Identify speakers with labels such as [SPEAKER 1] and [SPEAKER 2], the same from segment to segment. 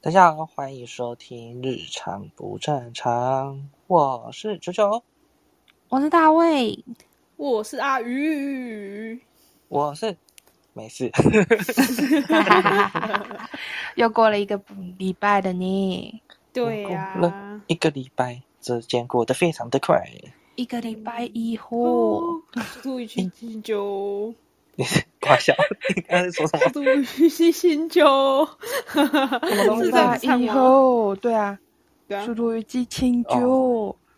[SPEAKER 1] 大家好，欢迎收听《日常不正常》，我是九九，
[SPEAKER 2] 我是大卫，
[SPEAKER 3] 我是阿鱼，
[SPEAKER 1] 我是没事。
[SPEAKER 2] 又过了一个礼拜的呢，
[SPEAKER 3] 对呀、
[SPEAKER 1] 过了一个礼拜，这间过得非常的快。
[SPEAKER 2] 一个礼拜以后
[SPEAKER 3] 哦，度一去新酒，
[SPEAKER 1] 你是挂笑？你刚才说什么？
[SPEAKER 3] 度一去新酒，
[SPEAKER 2] 一个
[SPEAKER 3] 是这样
[SPEAKER 2] 礼
[SPEAKER 3] 唱
[SPEAKER 2] 拜以
[SPEAKER 3] 吗？
[SPEAKER 2] 后，对啊，
[SPEAKER 3] 对啊
[SPEAKER 2] 速，度与激情
[SPEAKER 1] 哦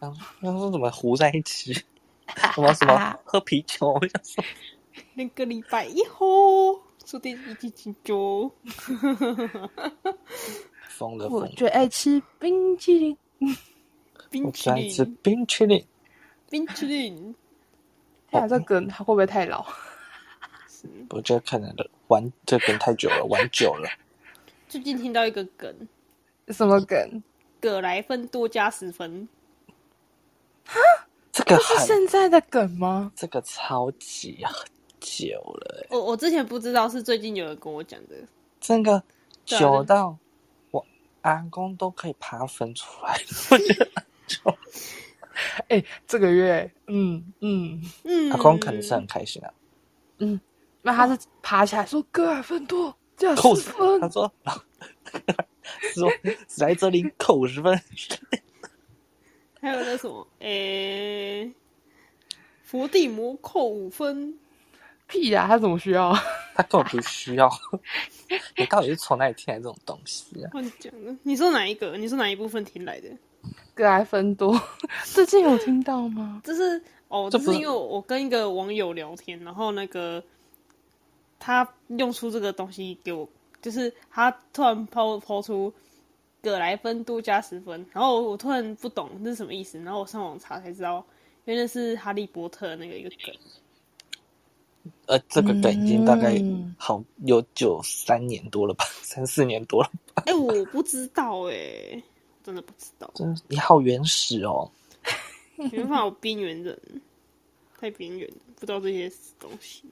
[SPEAKER 2] 就
[SPEAKER 1] 刚刚说怎么糊在一起？什么什么喝啤酒？我想说，
[SPEAKER 3] 那个礼拜以后，速度一去新酒，
[SPEAKER 1] 疯了疯
[SPEAKER 2] 我
[SPEAKER 1] 了！
[SPEAKER 2] 最爱吃冰淇淋，
[SPEAKER 3] 冰
[SPEAKER 1] 我
[SPEAKER 3] 淇
[SPEAKER 1] 最爱吃
[SPEAKER 3] 淋，
[SPEAKER 1] 冰淇淋，
[SPEAKER 3] 冰淇淋，
[SPEAKER 2] 天啊，这梗它会不会太老？
[SPEAKER 1] 我觉得可能玩这梗太久了，玩久了。
[SPEAKER 3] 最近听到一个梗，
[SPEAKER 2] 什么梗？
[SPEAKER 3] 葛莱芬多加十分，
[SPEAKER 1] 这个
[SPEAKER 2] 这是
[SPEAKER 1] 很，
[SPEAKER 2] 现在的梗吗？
[SPEAKER 1] 这个超级久了、欸，
[SPEAKER 3] 我我之前不知道，是最近有人跟我讲的，
[SPEAKER 1] 这个
[SPEAKER 3] 对啊
[SPEAKER 1] 久
[SPEAKER 3] 这
[SPEAKER 1] 到我阿公都可以爬坟出来。
[SPEAKER 2] 哎，这个月，嗯嗯，
[SPEAKER 3] 嗯，
[SPEAKER 1] 阿公可能是很开心啊，
[SPEAKER 2] 那他是爬起来说戈尔芬多加
[SPEAKER 1] 扣
[SPEAKER 2] 十
[SPEAKER 1] 死
[SPEAKER 2] 分
[SPEAKER 1] 他，说， 说史莱哲林扣五十分。
[SPEAKER 3] 还有那什么，诶、伏地魔扣五分，
[SPEAKER 2] 屁呀，他怎么需要？
[SPEAKER 1] 他根本不需要。 你到底是从哪里听来这种东西啊？
[SPEAKER 3] 乱讲的。你说哪一个？你说哪一部分听来的？
[SPEAKER 2] 格莱芬多， 最近有听到吗？
[SPEAKER 3] 就是哦，
[SPEAKER 1] 这
[SPEAKER 3] 就
[SPEAKER 1] 不
[SPEAKER 3] 是
[SPEAKER 1] 是
[SPEAKER 3] 因为我跟一个网友聊天，然后那个他用出这个东西给我，就是他突然抛抛出葛莱芬多加十分，然后我突然不懂这是什么意思，然后我上网查才知道，原来是哈利波特那个一个梗。
[SPEAKER 1] 呃，这个梗已经大概
[SPEAKER 2] 嗯
[SPEAKER 1] 好有九三年多了吧，三四年多了，
[SPEAKER 3] 哎、我不知道哎、真的不知道，
[SPEAKER 1] 真的你好原始哦。
[SPEAKER 3] 没办法，我边缘人，太边缘了，不知道这些东西。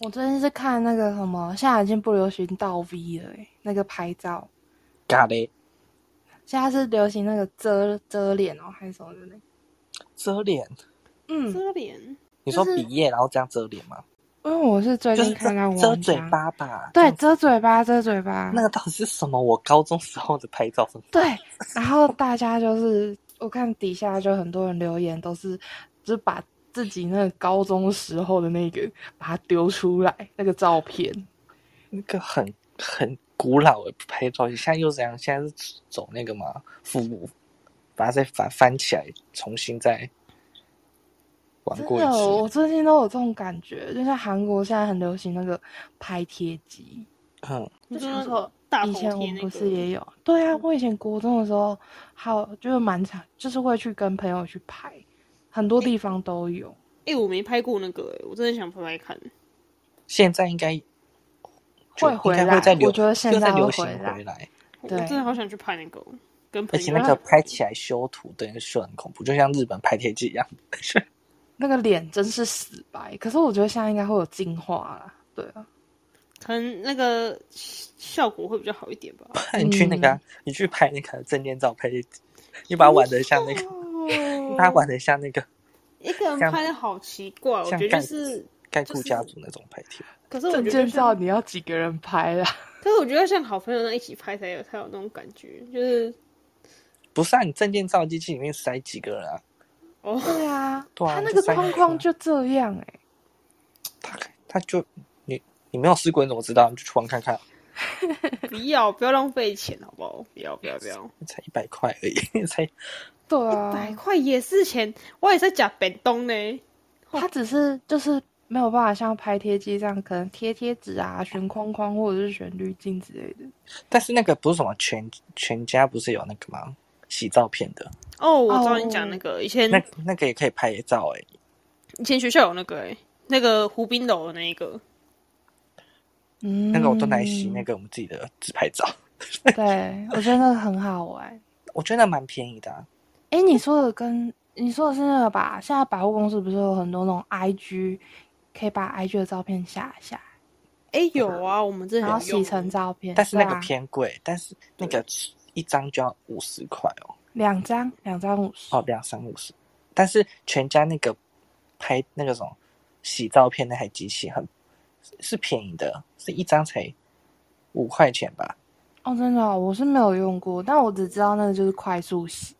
[SPEAKER 2] 我最近是看那个什么，现在已经不流行倒 V 了、欸，那个拍照，
[SPEAKER 1] 嘎嘞，
[SPEAKER 2] 现在是流行那个遮遮脸哦，还是什么的嘞？
[SPEAKER 1] 遮脸，
[SPEAKER 2] 嗯，
[SPEAKER 3] 遮脸，
[SPEAKER 1] 你说
[SPEAKER 2] 就是
[SPEAKER 1] 毕业然后这样遮脸吗？
[SPEAKER 2] 因为我是最
[SPEAKER 1] 就是
[SPEAKER 2] 近
[SPEAKER 1] 遮
[SPEAKER 2] 看到
[SPEAKER 1] 遮
[SPEAKER 2] 文
[SPEAKER 1] 嘴
[SPEAKER 2] 章，
[SPEAKER 1] 巴吧。
[SPEAKER 2] 对，遮嘴巴，遮嘴巴，
[SPEAKER 1] 那个到底是什么？我高中时候的拍照方法，
[SPEAKER 2] 对，然后大家就是我看底下就很多人留言都是，就是把自己那个高中时候的那个把它丢出来那个照片，
[SPEAKER 1] 那个很很古老的拍照，现在又怎样？现在是走那个嘛复，把它再翻翻起来，重新再玩
[SPEAKER 2] 真
[SPEAKER 1] 过一
[SPEAKER 2] 的，
[SPEAKER 1] 次。
[SPEAKER 2] 我最近都有这种感觉，就像韩国现在很流行那个拍贴机。
[SPEAKER 1] 嗯，
[SPEAKER 3] 就
[SPEAKER 2] 就是想
[SPEAKER 3] 那
[SPEAKER 2] 说
[SPEAKER 3] 个大
[SPEAKER 2] 以
[SPEAKER 3] 头
[SPEAKER 2] 前我
[SPEAKER 3] 贴
[SPEAKER 2] 们
[SPEAKER 3] 那
[SPEAKER 2] 不
[SPEAKER 3] 个，嗯
[SPEAKER 2] 是也有？对啊，我以前国中的时候，还有就是蛮常，就是会去跟朋友去拍，很多地方都有。
[SPEAKER 3] 哎、我没拍过那个、欸，我真的想拍拍看。
[SPEAKER 1] 现在应该
[SPEAKER 2] 会回来
[SPEAKER 1] 应该会再流，
[SPEAKER 2] 我觉得现在
[SPEAKER 1] 又再流
[SPEAKER 2] 会
[SPEAKER 1] 行
[SPEAKER 2] 回来
[SPEAKER 1] 回来，
[SPEAKER 3] 我
[SPEAKER 2] 对
[SPEAKER 3] 真的好想去拍那个哦，跟
[SPEAKER 1] 而
[SPEAKER 3] 朋
[SPEAKER 1] 且
[SPEAKER 3] 友。
[SPEAKER 1] 那个拍起来修图真的是很恐怖，就像日本拍贴机一样。
[SPEAKER 2] 那个脸真是死白，可是我觉得现在应该会有进化啦。对啊，
[SPEAKER 3] 可能那个效果会比较好一点吧。
[SPEAKER 1] 你去那个啊、
[SPEAKER 2] 嗯
[SPEAKER 1] 你去拍那个证件照拍贴机，你 把它玩的像那个，
[SPEAKER 2] 嗯
[SPEAKER 3] 哦
[SPEAKER 1] 把它玩的像那个
[SPEAKER 3] 一个人
[SPEAKER 1] 像
[SPEAKER 3] 拍的好奇怪，哦我
[SPEAKER 1] 像
[SPEAKER 3] 觉得
[SPEAKER 1] 盖
[SPEAKER 3] 就是，
[SPEAKER 1] 盖库家族那种拍贴。
[SPEAKER 3] 可是我
[SPEAKER 2] 证
[SPEAKER 3] 觉得
[SPEAKER 2] 件
[SPEAKER 3] 像
[SPEAKER 2] 照，你要几个人拍 啦？
[SPEAKER 3] 可是我觉得像好朋友那一起拍才有才有那种感觉，就是
[SPEAKER 1] 不是啊，你证件照机器里面塞几个人啊？
[SPEAKER 3] 哦，
[SPEAKER 2] 对啊，
[SPEAKER 1] 对啊
[SPEAKER 2] 它那
[SPEAKER 1] 就
[SPEAKER 2] 个
[SPEAKER 1] 塞
[SPEAKER 2] 框
[SPEAKER 1] 进去啊
[SPEAKER 2] 框就这样哎、
[SPEAKER 1] 他他就你你没有试过，你怎么知道？你就去玩看看，
[SPEAKER 3] 不要不要浪费钱好不好？不要不要不要，
[SPEAKER 1] 才一百块而已， 才
[SPEAKER 2] 对
[SPEAKER 3] 百
[SPEAKER 2] 啊，
[SPEAKER 3] 块也是钱，我也在夹本东呢。
[SPEAKER 2] 它只是就是没有办法像拍贴机这样，可能贴贴纸啊、悬框框或者是悬滤镜之类的。
[SPEAKER 1] 但是那个不是什么全全家不是有那个吗？洗照片的，
[SPEAKER 3] 哦，我知道你讲那个，以
[SPEAKER 2] 嗯
[SPEAKER 3] 前
[SPEAKER 1] 那那个也可以拍照哎、
[SPEAKER 3] 以前学校有那个、欸，那个湖滨楼的那一个，
[SPEAKER 2] 嗯，
[SPEAKER 1] 那个我都来洗那个我们自己的自拍照，
[SPEAKER 2] 个。嗯对，我觉得那个很好玩。
[SPEAKER 1] 我觉得蛮便宜的、啊。
[SPEAKER 2] 哎，你说的跟你说的是那个吧？现在百货公司不是有很多那种 IG，可以把 IG 的照片下下来，
[SPEAKER 3] 哎、有啊，我们之前
[SPEAKER 2] 然后
[SPEAKER 3] 有
[SPEAKER 2] 洗
[SPEAKER 3] 用
[SPEAKER 2] 成照片，
[SPEAKER 1] 但是那
[SPEAKER 2] 对
[SPEAKER 1] 个
[SPEAKER 2] 啊
[SPEAKER 1] 偏贵，但是那个一张就要五十块哦，
[SPEAKER 2] 两张，两张五十。
[SPEAKER 1] 哦两三五十。但是全家那个拍那个什么洗照片那台机器很是便宜的，是一张才五块钱吧？
[SPEAKER 2] 哦，真的哦、我是没有用过，但我只知道那个就是快速洗。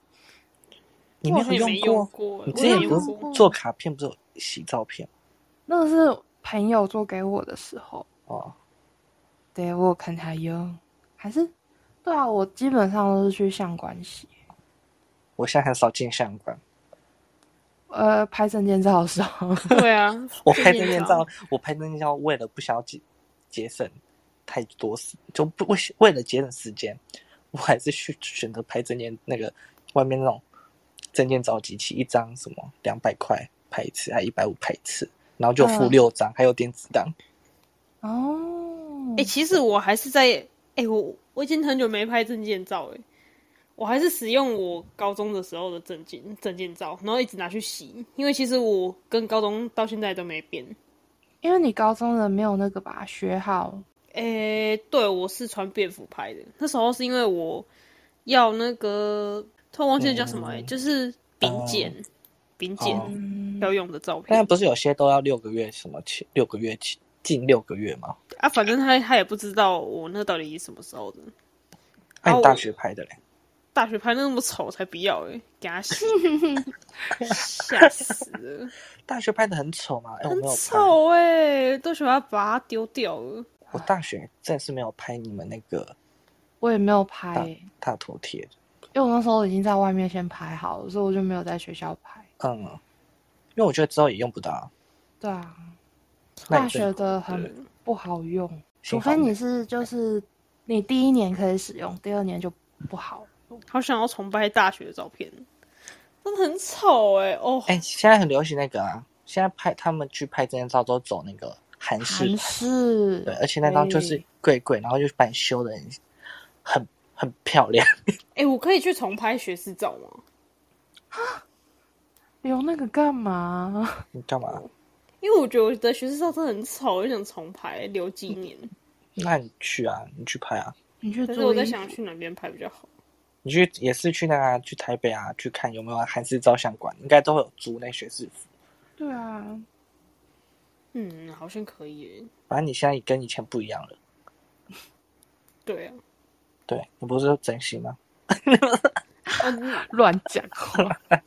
[SPEAKER 1] 你
[SPEAKER 3] 我
[SPEAKER 1] 没
[SPEAKER 3] 好像也
[SPEAKER 1] 有
[SPEAKER 3] 没
[SPEAKER 1] 过？
[SPEAKER 3] 过
[SPEAKER 1] 你
[SPEAKER 3] 欸，
[SPEAKER 1] 之
[SPEAKER 3] 我也
[SPEAKER 1] 前
[SPEAKER 3] 没
[SPEAKER 1] 不
[SPEAKER 3] 用
[SPEAKER 1] 是
[SPEAKER 3] 过，
[SPEAKER 1] 做卡片不是有洗照片
[SPEAKER 2] 那个是朋友做给我的时候，
[SPEAKER 1] 哦？
[SPEAKER 2] 对我有看他用，还是对啊，我基本上都是去相关洗，
[SPEAKER 1] 我现在很少进相馆，
[SPEAKER 2] 呃，拍证件照的时候，
[SPEAKER 3] 对啊，
[SPEAKER 1] 我拍证件
[SPEAKER 3] 面
[SPEAKER 1] 照，我拍证件照为了不想要节节省太多时，就不为为了节省时间，我还是去选择拍证件那个外面那种证件照机器，一张什么两百块拍一次，还一百五拍一次，然后就附
[SPEAKER 2] 嗯
[SPEAKER 1] 六张，还有电子档。
[SPEAKER 2] 哦，
[SPEAKER 3] 哎、其实我还是在，哎、我我已经很久没拍证件照，哎，我还是使用我高中的时候的证件证件照，然后一直拿去洗，因为其实我跟高中到现在都没变。
[SPEAKER 2] 因为你高中的没有那个吧，学好
[SPEAKER 3] 诶、对，我是穿便服拍的。那时候是因为我要那个，突然忘记了叫什么、欸，
[SPEAKER 1] 嗯
[SPEAKER 3] 就是丙检，丙检
[SPEAKER 1] 哦
[SPEAKER 2] 嗯
[SPEAKER 3] 要用的照
[SPEAKER 1] 但
[SPEAKER 3] 片
[SPEAKER 1] 不是有些都要六个月什么前六个月前近六个月吗？
[SPEAKER 3] 啊。反正他他也不知道我那到底是什么时候的。哦
[SPEAKER 1] 按、啊你大学拍的嘞，
[SPEAKER 3] 大学拍那么丑才不要诶、给他洗，吓死了，
[SPEAKER 1] 大学拍的很丑吗？哎、我
[SPEAKER 3] 很
[SPEAKER 1] 没有拍。
[SPEAKER 3] 丑啊诶、都想要把它丢掉了。
[SPEAKER 1] 我大学真的是没有拍你们那个
[SPEAKER 2] 我也没有拍、欸
[SPEAKER 1] 大大头贴。
[SPEAKER 2] 因为我那时候已经在外面先拍好了，所以我就没有在学校拍。
[SPEAKER 1] 嗯，因为我觉得之后也用不到啊。
[SPEAKER 2] 对啊，
[SPEAKER 1] 那
[SPEAKER 2] 大
[SPEAKER 1] 你最
[SPEAKER 2] 学的
[SPEAKER 3] 对
[SPEAKER 2] 很不好用，除
[SPEAKER 1] 幸好
[SPEAKER 2] 非
[SPEAKER 1] 没
[SPEAKER 2] 你是就是你第一年可以使用，第二年就不好。
[SPEAKER 3] 好想要重拍大学的照片，真的很丑诶、哦，
[SPEAKER 1] 哎、现在很流行那个啊，现在拍他们去拍证件照都走那个韩式
[SPEAKER 2] 韩，式
[SPEAKER 1] 对，而且那张就是
[SPEAKER 2] 对
[SPEAKER 1] 贵贵，然后就把你修的很很很漂亮。
[SPEAKER 3] 哎、我可以去重拍学士照吗？
[SPEAKER 2] 留那个干嘛？
[SPEAKER 1] 你干嘛？
[SPEAKER 3] 因为我觉得我的学士照真的很丑，我就想重拍留几年。
[SPEAKER 1] 嗯那你去啊，你去拍啊，
[SPEAKER 2] 你去注
[SPEAKER 3] 但是
[SPEAKER 2] 意。
[SPEAKER 3] 我在想去哪边拍比较好。
[SPEAKER 1] 你去也是去那个、啊、去台北啊，去看有没有韩式照相馆，应该都会有租那学士服。
[SPEAKER 2] 对啊，
[SPEAKER 3] 嗯，好像可以耶。
[SPEAKER 1] 反正你现在跟以前不一样了，
[SPEAKER 3] 对啊，
[SPEAKER 1] 对你不是整形吗？
[SPEAKER 2] 乱讲话。
[SPEAKER 3] 哦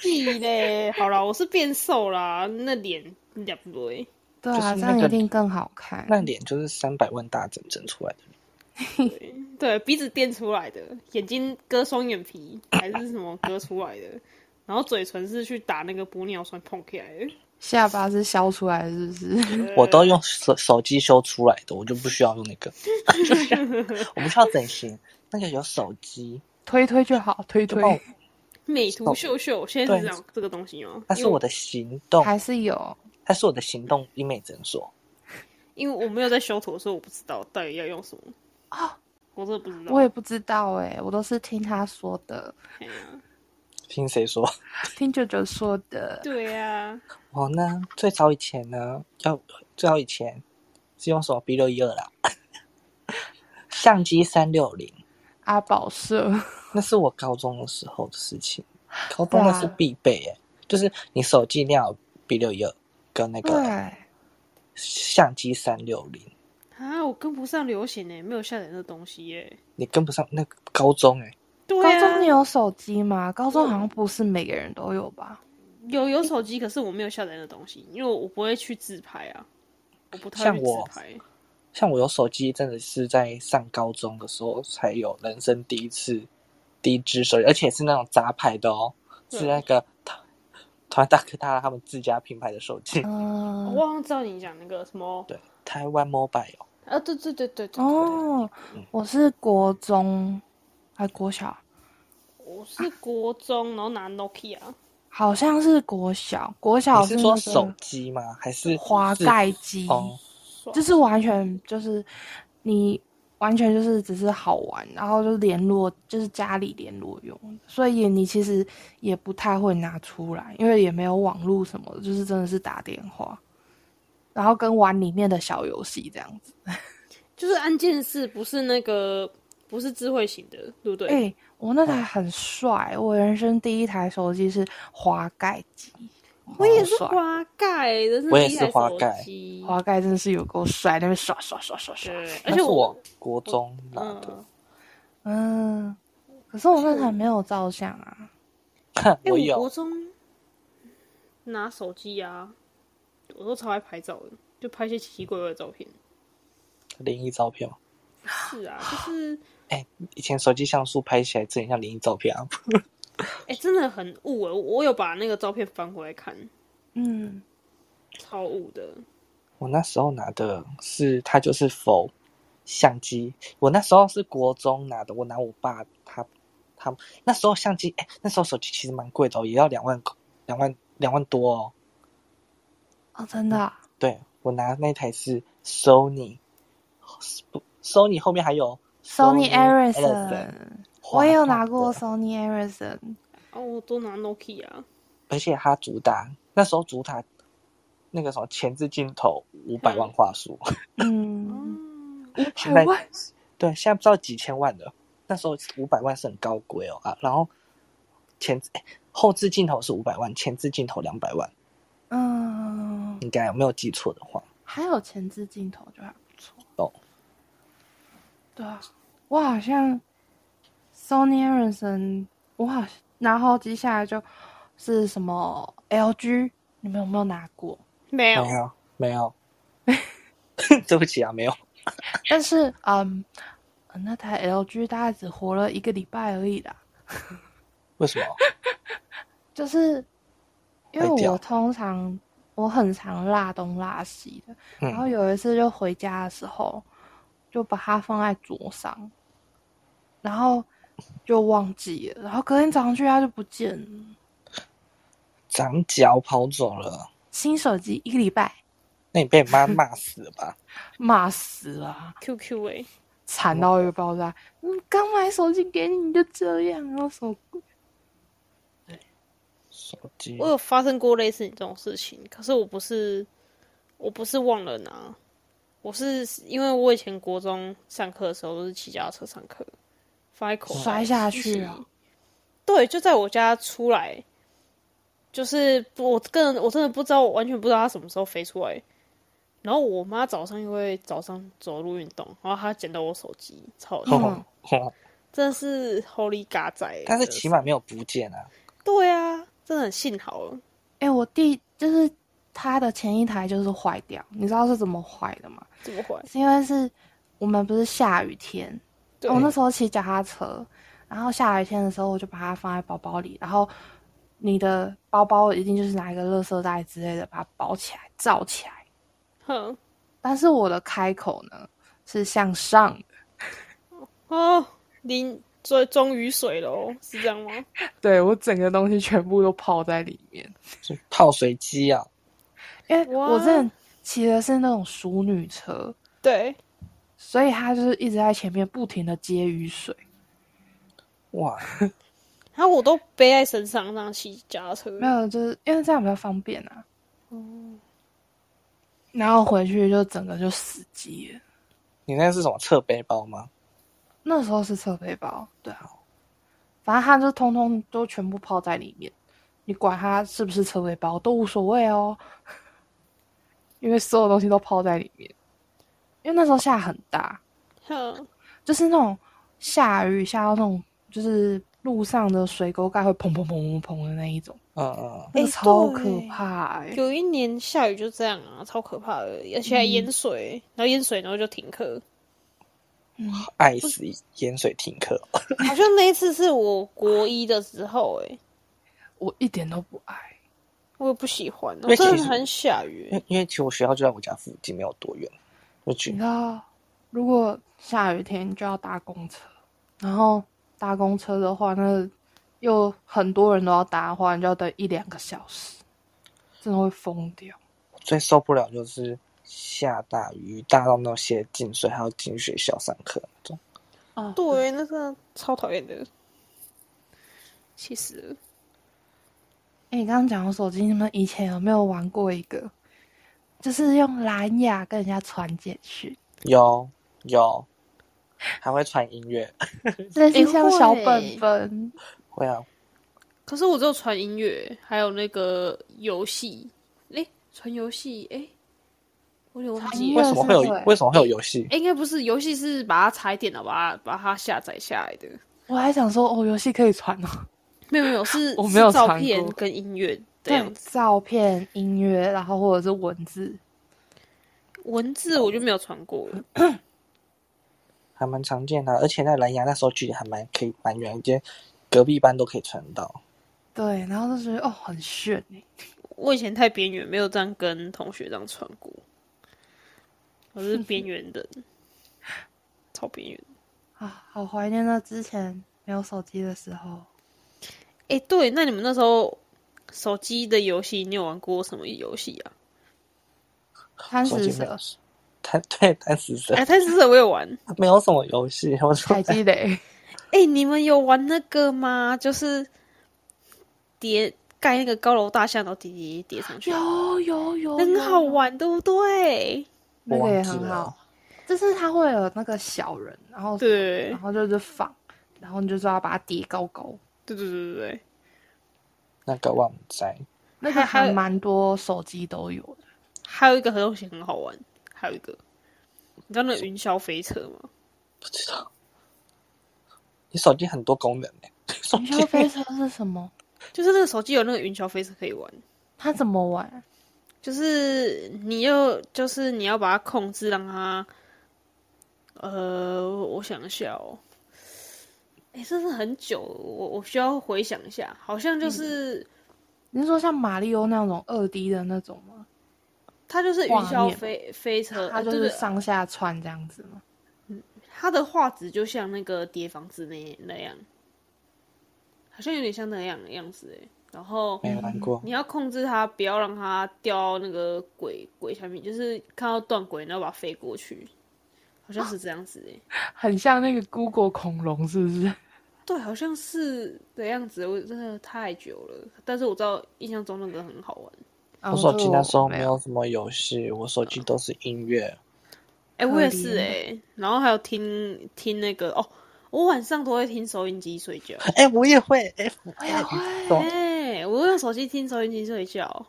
[SPEAKER 3] 屁嘞！好啦，我是变瘦啦，那脸两不对。
[SPEAKER 2] 对
[SPEAKER 1] 就是
[SPEAKER 2] 啊，这
[SPEAKER 1] 那
[SPEAKER 2] 样
[SPEAKER 1] 个
[SPEAKER 2] 一定更好看。
[SPEAKER 1] 那脸就是三百万大整整出来的。
[SPEAKER 3] 对，鼻子垫出来的，眼睛割双眼皮还是什么割出来的，然后嘴唇是去打那个玻尿酸碰起来的。
[SPEAKER 2] 下巴是削出来的，是不是？
[SPEAKER 3] 对
[SPEAKER 1] 嗯我都用手手机修出来的，我就不需要用那个，我不需要整形，那个有手机。哦
[SPEAKER 2] 推推就好，推推
[SPEAKER 1] 帮我
[SPEAKER 3] 呃美图秀秀，现在是讲这个东西吗？
[SPEAKER 1] 它是我的行动，
[SPEAKER 2] 还是有。
[SPEAKER 1] 它是我的行动医美诊所。
[SPEAKER 3] 因为我没有在修图，所以我不知道到底要用什么。
[SPEAKER 2] 啊，
[SPEAKER 3] 我真的不知道。
[SPEAKER 2] 我也不知道哎、我都是听他说的，
[SPEAKER 3] 哎呀
[SPEAKER 1] 听谁说？
[SPEAKER 2] 听舅舅说的。
[SPEAKER 3] 对啊呀、
[SPEAKER 1] 我呢，最早以前呢，要最早以前是用什么 B 六一二啦，相机三六零，
[SPEAKER 2] 阿宝 社，
[SPEAKER 1] 那是我高中的时候的事情。高中那是必备耶、就是你手机一定要 B 六一二跟那个
[SPEAKER 2] 对，
[SPEAKER 1] 相机三六零。
[SPEAKER 3] 啊，我跟不上流行欸诶、没有下载那东西耶、
[SPEAKER 1] 你跟不上那个高中哎、
[SPEAKER 3] 对
[SPEAKER 2] 高中你
[SPEAKER 3] 啊，
[SPEAKER 2] 有手机吗？高中好像不是每个人都有吧？
[SPEAKER 3] 有有手机，可是我没有下载那东西，因为我不会去自拍啊，我不太
[SPEAKER 1] 像
[SPEAKER 3] 会去
[SPEAKER 1] 我
[SPEAKER 3] 自拍。
[SPEAKER 1] 像我有手机，真的是在上高中的时候才有人生第一次第一只手机，而且是那种杂牌的哦，
[SPEAKER 3] 对
[SPEAKER 1] 是那个团大哥大他们自家品牌的手机，
[SPEAKER 3] 哦
[SPEAKER 2] 嗯，
[SPEAKER 3] 我好像知道你讲那个什么，
[SPEAKER 1] 对，台湾 Mobile 哦。
[SPEAKER 3] 啊，对对对对对，
[SPEAKER 2] 哦，我是国中还国小，
[SPEAKER 3] 我是国中，然后拿 Nokia，
[SPEAKER 2] 好像是国小，国小
[SPEAKER 1] 你是
[SPEAKER 2] 那
[SPEAKER 1] 说
[SPEAKER 2] 个
[SPEAKER 1] 手机吗？还是
[SPEAKER 2] 滑
[SPEAKER 1] 自
[SPEAKER 2] 盖机，
[SPEAKER 1] 哦？
[SPEAKER 2] 就是完全就是你完全就是只是好玩，然后就联络就是家里联络用的，所以你其实也不太会拿出来，因为也没有网络什么的，就是真的是打电话，然后跟玩里面的小游戏这样子。
[SPEAKER 3] 就是按键式，不是那个不是智慧型的，对不对？嗯
[SPEAKER 2] 哎、我那台很帅，我人生第一台手机是滑盖机，
[SPEAKER 3] 我也是
[SPEAKER 2] 好帅
[SPEAKER 3] 滑盖，人生
[SPEAKER 1] 我也
[SPEAKER 3] 第一
[SPEAKER 1] 是
[SPEAKER 3] 台
[SPEAKER 1] 滑
[SPEAKER 3] 手
[SPEAKER 1] 盖
[SPEAKER 3] 机
[SPEAKER 2] 滑盖真的是有够帅，那边刷刷刷刷刷。
[SPEAKER 3] 对，而
[SPEAKER 1] 那
[SPEAKER 3] 且
[SPEAKER 1] 是
[SPEAKER 3] 我
[SPEAKER 1] 我国中拿的，
[SPEAKER 3] 嗯，
[SPEAKER 2] 嗯，可是我那台
[SPEAKER 3] 是
[SPEAKER 2] 没有照相啊。
[SPEAKER 1] 看
[SPEAKER 3] 哎、
[SPEAKER 1] 我
[SPEAKER 3] 我国
[SPEAKER 1] 有，
[SPEAKER 3] 中拿手机啊，我都超爱拍照的，就拍一些奇奇怪怪的照片。
[SPEAKER 1] 灵异照片吗。
[SPEAKER 3] 是啊，就是
[SPEAKER 1] 以前手机像素拍起来真的很像灵异照片啊！
[SPEAKER 3] 哎、真的很雾哎、我有把那个照片翻回来看，
[SPEAKER 2] 嗯，
[SPEAKER 3] 超雾的。
[SPEAKER 1] 我那时候拿的是它就是否相机，我那时候是国中拿的，我拿我爸他他那时候相机，哎、那时候手机其实蛮贵的、哦，也要两万两万两万多哦。
[SPEAKER 2] 哦，真的啊、
[SPEAKER 1] 对我拿那台是 Sony，不 Sony 后面还有
[SPEAKER 2] Sony
[SPEAKER 1] Ericsson，
[SPEAKER 2] Ericsson，
[SPEAKER 1] 华
[SPEAKER 2] 我也有
[SPEAKER 1] 纳
[SPEAKER 2] 拿过
[SPEAKER 1] 的
[SPEAKER 2] Sony Ericsson。
[SPEAKER 3] 哦，我都拿 Nokia，
[SPEAKER 1] 而且它主打那时候主打那个什么前置镜头五百万画素，
[SPEAKER 2] 嗯，
[SPEAKER 3] 嗯，
[SPEAKER 1] 现在
[SPEAKER 2] 台湾
[SPEAKER 1] 对现在不知道几千万了，那时候五百万是很高贵哦啊，然后前置、哎后置镜头是五百万，前置镜头两百万，
[SPEAKER 2] 嗯，
[SPEAKER 1] 应该有没有记错的话，
[SPEAKER 2] 还有前置镜头就还不错。
[SPEAKER 1] 哦，
[SPEAKER 2] 对啊，我好像 Sony Ericsson，我好像然后接下来就是什么 LG，你们有没有拿过？
[SPEAKER 3] 没有
[SPEAKER 2] 哎
[SPEAKER 1] 没有没 有， 对不起啊，没有，
[SPEAKER 2] 但是嗯，呃那台 LG 大概只活了一个礼拜而已啦。
[SPEAKER 1] 为什么？
[SPEAKER 2] 就是因为
[SPEAKER 1] 坏掉
[SPEAKER 2] 我通常我很常落东落西的，
[SPEAKER 1] 嗯
[SPEAKER 2] 然后有一次就回家的时候，就把它放在桌上，然后就忘记了，然后隔天早上去它就不见了。
[SPEAKER 1] 长脚跑走了，
[SPEAKER 2] 新手机一个礼拜，
[SPEAKER 1] 那你被你妈骂死了吧？
[SPEAKER 2] 骂死了，
[SPEAKER 3] QQ 哎、
[SPEAKER 2] 惨到一个爆炸！嗯，刚买手机给你，你就这样，然后什么鬼？
[SPEAKER 1] 手机
[SPEAKER 3] 我有发生过类似你这种事情，可是我不是，我不是忘了拿，我是因为我以前国中上课的时候都是骑脚踏车上课，放在口袋
[SPEAKER 2] 摔下去啊！
[SPEAKER 3] 对，就在我家出来，就是我个人我真的不知道，我完全不知道它什么时候飞出来。然后我妈早上因为早上走路运动，然后她捡到我手机，超好笑
[SPEAKER 2] 嗯
[SPEAKER 3] 真的是 Holy 嘎仔欸。
[SPEAKER 1] 哦但
[SPEAKER 3] 真的
[SPEAKER 1] 是起码没有不见啊。
[SPEAKER 3] 对啊，真的很幸好了。
[SPEAKER 2] 哎、我弟就是他的前一台就是坏掉，你知道是怎么坏的吗？
[SPEAKER 3] 怎么会？
[SPEAKER 2] 是因为是我们不是下雨天，
[SPEAKER 3] 对
[SPEAKER 2] 我那时候骑脚踏车，然后下雨天的时候我就把它放在包包里，然后你的包包一定就是拿一个垃圾袋之类的把它包起来罩起来，
[SPEAKER 3] 哼。
[SPEAKER 2] 但是我的开口呢是向上的，
[SPEAKER 3] 哦，淋所以终于水了哦，是这样吗？
[SPEAKER 2] 对我整个东西全部都泡在里面，
[SPEAKER 1] 是泡水机啊，
[SPEAKER 2] 因为
[SPEAKER 3] 哇
[SPEAKER 2] 我之前骑的是那种淑女车，
[SPEAKER 3] 对，
[SPEAKER 2] 所以它就是一直在前面不停的接雨水。
[SPEAKER 1] 哇，
[SPEAKER 3] 然后我都背在身上这样骑脚踏车，嗯
[SPEAKER 2] 没有，就是因为这样比较方便啊。然后回去就整个就死机了。
[SPEAKER 1] 你那是什么侧背包吗？
[SPEAKER 2] 那时候是侧背包，对啊，反正它就通通都全部泡在里面，你管它是不是侧背包都无所谓哦， 因为所有东西都泡在里面。因为那时候下很大，
[SPEAKER 3] 哼，
[SPEAKER 2] 就是那种下雨下到那种就是路上的水沟盖会砰砰砰砰砰的那一种，
[SPEAKER 1] 嗯嗯，
[SPEAKER 2] 那个
[SPEAKER 3] 哎
[SPEAKER 2] 超
[SPEAKER 3] 对
[SPEAKER 2] 可怕、欸。
[SPEAKER 3] 有一年下雨就这样啊，超可怕的，而且还
[SPEAKER 2] 嗯
[SPEAKER 3] 淹水，然后淹水然后就停课，
[SPEAKER 1] 爱死盐水停课，
[SPEAKER 3] 好像那一次是我国一的时候、欸，
[SPEAKER 2] 我一点都不爱。
[SPEAKER 3] 我也不喜欢，啊
[SPEAKER 1] 因为
[SPEAKER 3] 我
[SPEAKER 1] 其
[SPEAKER 3] 真的
[SPEAKER 1] 实
[SPEAKER 3] 很欸想约
[SPEAKER 1] 因。为因为其实我学校就在我家附近，没有多远，我觉
[SPEAKER 2] 你
[SPEAKER 1] 得
[SPEAKER 2] 知道，如果下雨天就要搭公车，然后搭公车的话，那又很多人都要搭的话，你就要等一两个小时，真的会疯掉。
[SPEAKER 1] 最受不了就是下大雨，雨大到那种鞋进水，还要进学校上课那种。
[SPEAKER 2] 哦，
[SPEAKER 3] 对，那个超讨厌的，气死了！
[SPEAKER 2] 哎、你刚刚讲到手机，你们以前有没有玩过一个，就是用蓝牙跟人家传简讯？
[SPEAKER 1] 有有，还会传音乐，
[SPEAKER 2] 类似
[SPEAKER 4] 欸
[SPEAKER 2] 像小
[SPEAKER 4] 会
[SPEAKER 2] 本本，
[SPEAKER 1] 会啊，
[SPEAKER 3] 可是我只有传音乐，还有那个游戏，诶，传游戏，诶，我有点忘记
[SPEAKER 2] 音
[SPEAKER 3] 了
[SPEAKER 2] 乐。
[SPEAKER 1] 为什么会有
[SPEAKER 2] 是会
[SPEAKER 1] 为什么会有游戏？
[SPEAKER 3] 诶应该不是游戏，是把它踩点了，把它把它下载下来的。
[SPEAKER 2] 我还想说，哦，游戏可以传哦，
[SPEAKER 3] 没有没有，是
[SPEAKER 2] 我没有
[SPEAKER 3] 是照
[SPEAKER 2] 传
[SPEAKER 3] 片
[SPEAKER 2] 过
[SPEAKER 3] 跟音乐这样子。
[SPEAKER 2] 照片、音乐，然后或者是文字，
[SPEAKER 3] 文字我就没有传过
[SPEAKER 2] 哦
[SPEAKER 3] 了，
[SPEAKER 1] 还蛮常见的啊，而且在蓝牙那时候距离还蛮可以蛮远，连隔壁班都可以传到。
[SPEAKER 2] 对，然后就觉得哦，很炫欸
[SPEAKER 3] 我以前太边缘，没有这样跟同学这样传过。我是边缘人，超边缘。
[SPEAKER 2] 啊，好怀念那之前没有手机的时候。
[SPEAKER 3] 哎、对，那你们那时候手机的游戏，你有玩过什么游戏啊？
[SPEAKER 2] 贪
[SPEAKER 1] 手
[SPEAKER 2] 食
[SPEAKER 1] 机没有
[SPEAKER 2] 蛇、
[SPEAKER 1] 贪 对贪死蛇
[SPEAKER 3] 哎、贪吃蛇我有玩。
[SPEAKER 1] 没有什么游戏，我说
[SPEAKER 2] 海基 雷，
[SPEAKER 3] 哎、你们有玩那个吗？就是叠盖那个高楼大厦，然后叠叠叠上去，
[SPEAKER 2] 有有有，
[SPEAKER 3] 很
[SPEAKER 2] 有
[SPEAKER 3] 好，玩，对不对？
[SPEAKER 2] 那
[SPEAKER 1] 我
[SPEAKER 2] 个
[SPEAKER 1] 忘
[SPEAKER 2] 也
[SPEAKER 1] 记
[SPEAKER 2] 很
[SPEAKER 1] 了
[SPEAKER 2] 好。。就是它会有那个小人，然后
[SPEAKER 3] 对
[SPEAKER 2] 然后就是放，然后你就是要把它叠高高。
[SPEAKER 3] 对对对对对，
[SPEAKER 1] 那个旺仔，
[SPEAKER 2] 那
[SPEAKER 3] 还
[SPEAKER 2] 个
[SPEAKER 3] 还
[SPEAKER 2] 还
[SPEAKER 3] 有
[SPEAKER 2] 蛮多手机都有的，
[SPEAKER 3] 还有一个东西很好玩，还有一个，你知道那个云霄飞车吗？
[SPEAKER 1] 不知道。你手机很多功能呢、手
[SPEAKER 2] 云
[SPEAKER 1] 机
[SPEAKER 2] 霄飞车是什么？
[SPEAKER 3] 就是那个手机有那个云霄飞车可以玩，
[SPEAKER 2] 它怎么玩？
[SPEAKER 3] 就是你要就是你要把它控制，让它，呃，我想一下哦，哎、真是很久，我我需要回想一下，好像就是、
[SPEAKER 2] 嗯你是说像马里奥那种二 D 的那种吗？
[SPEAKER 3] 它就是云
[SPEAKER 2] 画
[SPEAKER 3] 霄
[SPEAKER 2] 面
[SPEAKER 3] 飞飞车，
[SPEAKER 2] 它就
[SPEAKER 3] 呃对
[SPEAKER 2] 是
[SPEAKER 3] 对
[SPEAKER 2] 上下穿这样子吗？
[SPEAKER 3] 它的画质就像那个叠房子那那样，好像有点像那样的样子哎，然后。
[SPEAKER 1] 没玩过，
[SPEAKER 3] 你要控制它，不要让它掉到那个轨轨下面，就是看到断轨，然后把它飞过去，好像是这样子诶、欸
[SPEAKER 2] 很像那个 Google 恐龙是不是？
[SPEAKER 3] 对，好像是的样子。我真的太久了，但是我知道印象中那个很好玩。
[SPEAKER 2] 啊
[SPEAKER 1] 我手
[SPEAKER 2] 这
[SPEAKER 1] 机
[SPEAKER 2] 个
[SPEAKER 1] 那时候
[SPEAKER 2] 没
[SPEAKER 1] 没有什么游戏，我手机都是音乐。
[SPEAKER 3] 哎、
[SPEAKER 2] 可
[SPEAKER 3] 我也是
[SPEAKER 2] 怜
[SPEAKER 3] 哎、然后还有听听那个哦，我晚上都会听收音机睡觉。
[SPEAKER 1] 哎、我也会，哎、我
[SPEAKER 2] 也会
[SPEAKER 1] 懂
[SPEAKER 3] 哎、我用手机听收音机睡觉。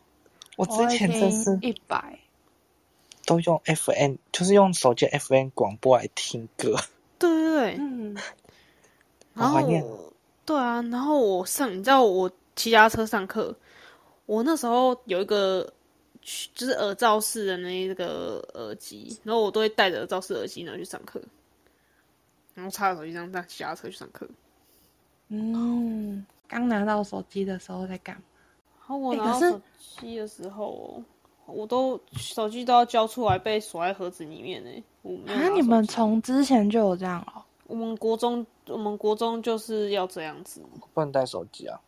[SPEAKER 1] 我
[SPEAKER 2] 我
[SPEAKER 1] 之前真是
[SPEAKER 2] 一百，
[SPEAKER 1] 都用 FM，就是用手机 FM 广播来听歌。
[SPEAKER 3] 对对对，
[SPEAKER 2] 嗯，
[SPEAKER 3] 然
[SPEAKER 1] 好
[SPEAKER 3] 后
[SPEAKER 1] 怀念
[SPEAKER 3] 我对啊，然后我上，你知道我骑脚踏车上课，我那时候有一个就是耳罩式的那个耳机，然后我都会戴着耳罩式耳机，然后去上课，然后插着手机这样这样骑脚踏车去上课。
[SPEAKER 2] 嗯，刚拿到手机的时候在干嘛？
[SPEAKER 3] 然后我
[SPEAKER 2] 欸
[SPEAKER 3] 拿到
[SPEAKER 2] 可是
[SPEAKER 3] 手机的时候哦，我都手机都要交出来被锁在盒子里面呢、欸我没有拿
[SPEAKER 2] 啊，你们
[SPEAKER 3] 手机
[SPEAKER 2] 从之前就有这样哦？
[SPEAKER 3] 我们国中，我们国中就是要这样子，
[SPEAKER 1] 不能带手机啊，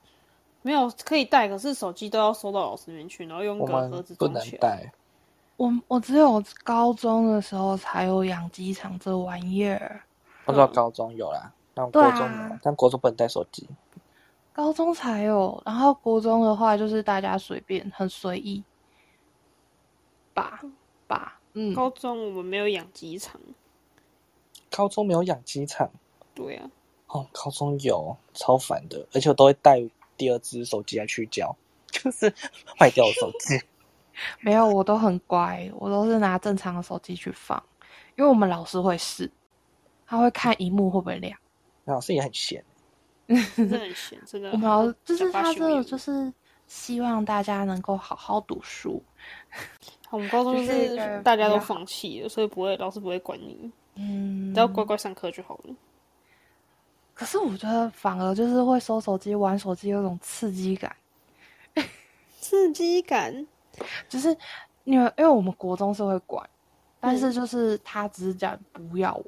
[SPEAKER 3] 没有可以带，可是手机都要收到老师那边去，然后用
[SPEAKER 1] 我
[SPEAKER 3] 个盒
[SPEAKER 1] 们
[SPEAKER 3] 子
[SPEAKER 1] 不
[SPEAKER 3] 装
[SPEAKER 1] 能
[SPEAKER 3] 起来。
[SPEAKER 2] 嗯
[SPEAKER 1] 带。
[SPEAKER 2] 我我只有高中的时候才有养鸡场这玩意儿，
[SPEAKER 1] 我知道高中有啦，但国
[SPEAKER 2] 对啊
[SPEAKER 1] 中没有，但国中不能带手机。
[SPEAKER 2] 高中才有。然后国中的话就是大家随便，很随意，吧吧，嗯，
[SPEAKER 3] 高中我们没有养鸡场，
[SPEAKER 1] 高中没有养鸡场，
[SPEAKER 3] 对 啊，
[SPEAKER 1] 哦，高中有，超烦的，而且我都会带第二只手机来去交， 就是坏掉的手机。
[SPEAKER 2] 没有，我都很乖，我都是拿正常的手机去放，因为我们老师会试，他会看荧幕会不会亮。
[SPEAKER 1] 老师也很闲，
[SPEAKER 3] 真的很闲，真的。
[SPEAKER 2] 我们老师就是
[SPEAKER 3] 小八
[SPEAKER 2] 他
[SPEAKER 3] 小
[SPEAKER 2] 真的
[SPEAKER 3] 眼
[SPEAKER 2] 就是希望大家能够好好读书，
[SPEAKER 3] 我们高中
[SPEAKER 2] 就是是一个
[SPEAKER 3] 大家
[SPEAKER 2] 比
[SPEAKER 3] 都
[SPEAKER 2] 较
[SPEAKER 3] 放弃了，所以不会老师不会管你，
[SPEAKER 2] 嗯
[SPEAKER 3] 你只要乖乖上课就好了。
[SPEAKER 2] 可是我觉得反而就是会收手机、玩手机有种刺激感，
[SPEAKER 3] 刺激感。
[SPEAKER 2] 只是因为因为我们国中是会管，但是就是他只是讲不要玩，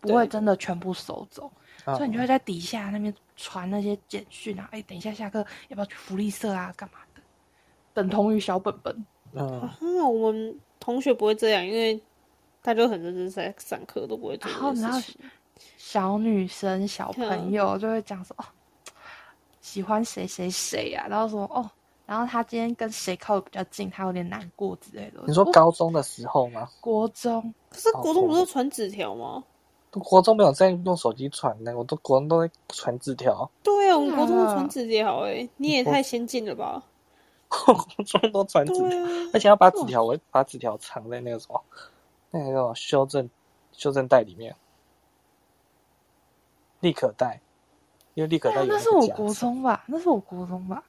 [SPEAKER 2] 不会
[SPEAKER 3] 对
[SPEAKER 2] 真的全部收走，
[SPEAKER 1] 啊
[SPEAKER 2] 所以你就会在底下那边传那些简讯啊，哎、等一下下课要不要去福利社啊，干嘛的，等同于小本本。
[SPEAKER 1] 嗯，
[SPEAKER 3] 啊，我们同学不会这样，因为他就很认真在上课，都不会做
[SPEAKER 2] 然
[SPEAKER 3] 这
[SPEAKER 2] 后
[SPEAKER 3] 件
[SPEAKER 2] 啊然后
[SPEAKER 3] 事情。
[SPEAKER 2] 小女生、小朋
[SPEAKER 3] 嗯
[SPEAKER 2] 友就会讲说哦，喜欢谁谁谁啊，然后说哦，然后他今天跟谁靠的比较近，他有点难过之类的。
[SPEAKER 1] 你说
[SPEAKER 2] 我哦
[SPEAKER 1] 高中的时候吗？
[SPEAKER 2] 国中
[SPEAKER 3] 可是
[SPEAKER 1] 哦
[SPEAKER 3] 国中不是传纸条吗？
[SPEAKER 1] 国中没有在用手机传的，我都国中都在传纸条，
[SPEAKER 3] 对啊，我们
[SPEAKER 2] 对啊
[SPEAKER 3] 国中都传纸条哎，你也
[SPEAKER 1] 国
[SPEAKER 3] 太先进了吧？
[SPEAKER 1] 国中都传纸条
[SPEAKER 3] 对，啊，
[SPEAKER 1] 而且要把纸条，我会把纸条藏在那个什么，那个叫什么修正修正带里面，立可带，因为立可
[SPEAKER 2] 对
[SPEAKER 1] 带
[SPEAKER 2] 啊
[SPEAKER 1] 有，
[SPEAKER 2] 那
[SPEAKER 1] 个
[SPEAKER 2] 是我
[SPEAKER 1] 夹
[SPEAKER 2] 国
[SPEAKER 1] 层
[SPEAKER 2] 中吧？那是我国中吧？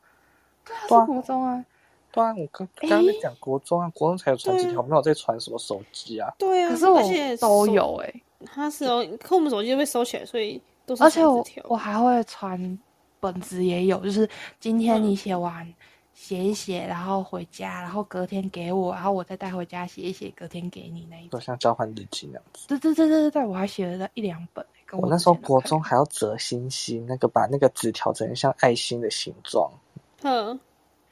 [SPEAKER 2] 对啊，
[SPEAKER 1] 对啊
[SPEAKER 2] 是国中啊。
[SPEAKER 1] 对啊，我刚刚刚在讲国中啊，国中才有传纸条，没有在传什么手机啊。
[SPEAKER 3] 对啊，
[SPEAKER 2] 可是我
[SPEAKER 3] 而且
[SPEAKER 2] 都
[SPEAKER 3] 手，
[SPEAKER 2] 有哎、
[SPEAKER 3] 他是哦，可我们手机被收起来，所以都是
[SPEAKER 2] 而且
[SPEAKER 3] 传纸
[SPEAKER 2] 我
[SPEAKER 3] 条
[SPEAKER 2] 我还会传本子也有，就是今天你写完写一写，然后回家，然后隔天给我，然后我再带回家写一写，隔天给你那一
[SPEAKER 1] 就
[SPEAKER 2] 种。
[SPEAKER 1] 像交换日记那样子。
[SPEAKER 2] 对对对对对，我还写了一两本、欸，跟
[SPEAKER 1] 我
[SPEAKER 2] 我
[SPEAKER 1] 那
[SPEAKER 2] 之
[SPEAKER 1] 时候
[SPEAKER 2] 前的
[SPEAKER 1] 国
[SPEAKER 2] 朋友
[SPEAKER 1] 中还要折星星，那个把那个纸条折成像爱心的形状，
[SPEAKER 3] 哼，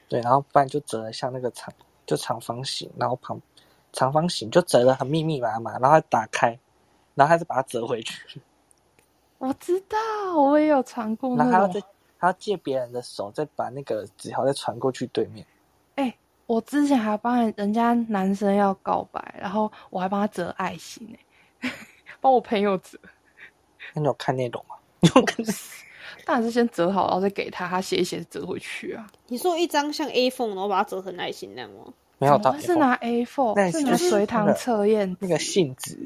[SPEAKER 1] 对，然后不然就折得像那个长就长方形，然后旁长方形就折得很密密麻麻，然后还打开，然后还是把它折 回去，
[SPEAKER 2] 我知道，我也有传
[SPEAKER 3] 哦
[SPEAKER 2] 过
[SPEAKER 1] 然后还
[SPEAKER 2] 那
[SPEAKER 1] 要
[SPEAKER 2] 种
[SPEAKER 1] 再。还要借别人的手再把那个纸条再传过去对面。
[SPEAKER 2] 我之前还帮人家男生要告白，然后我还帮他折爱心呢、 帮我朋友折。
[SPEAKER 1] 那你有看内容吗？你有看？
[SPEAKER 2] 当然是先折好，然后再给他，他写一写折回去啊。
[SPEAKER 3] 你说一张像 A 缝，然后把它折成爱心哦那样吗？
[SPEAKER 1] 没有
[SPEAKER 2] 怎
[SPEAKER 1] 到
[SPEAKER 2] 么会是拿 A4，
[SPEAKER 1] 那
[SPEAKER 2] 是
[SPEAKER 1] 是
[SPEAKER 2] 拿
[SPEAKER 1] 就是
[SPEAKER 2] 随堂
[SPEAKER 1] 那个
[SPEAKER 2] 测验
[SPEAKER 1] 那个
[SPEAKER 2] 纸
[SPEAKER 1] 信纸，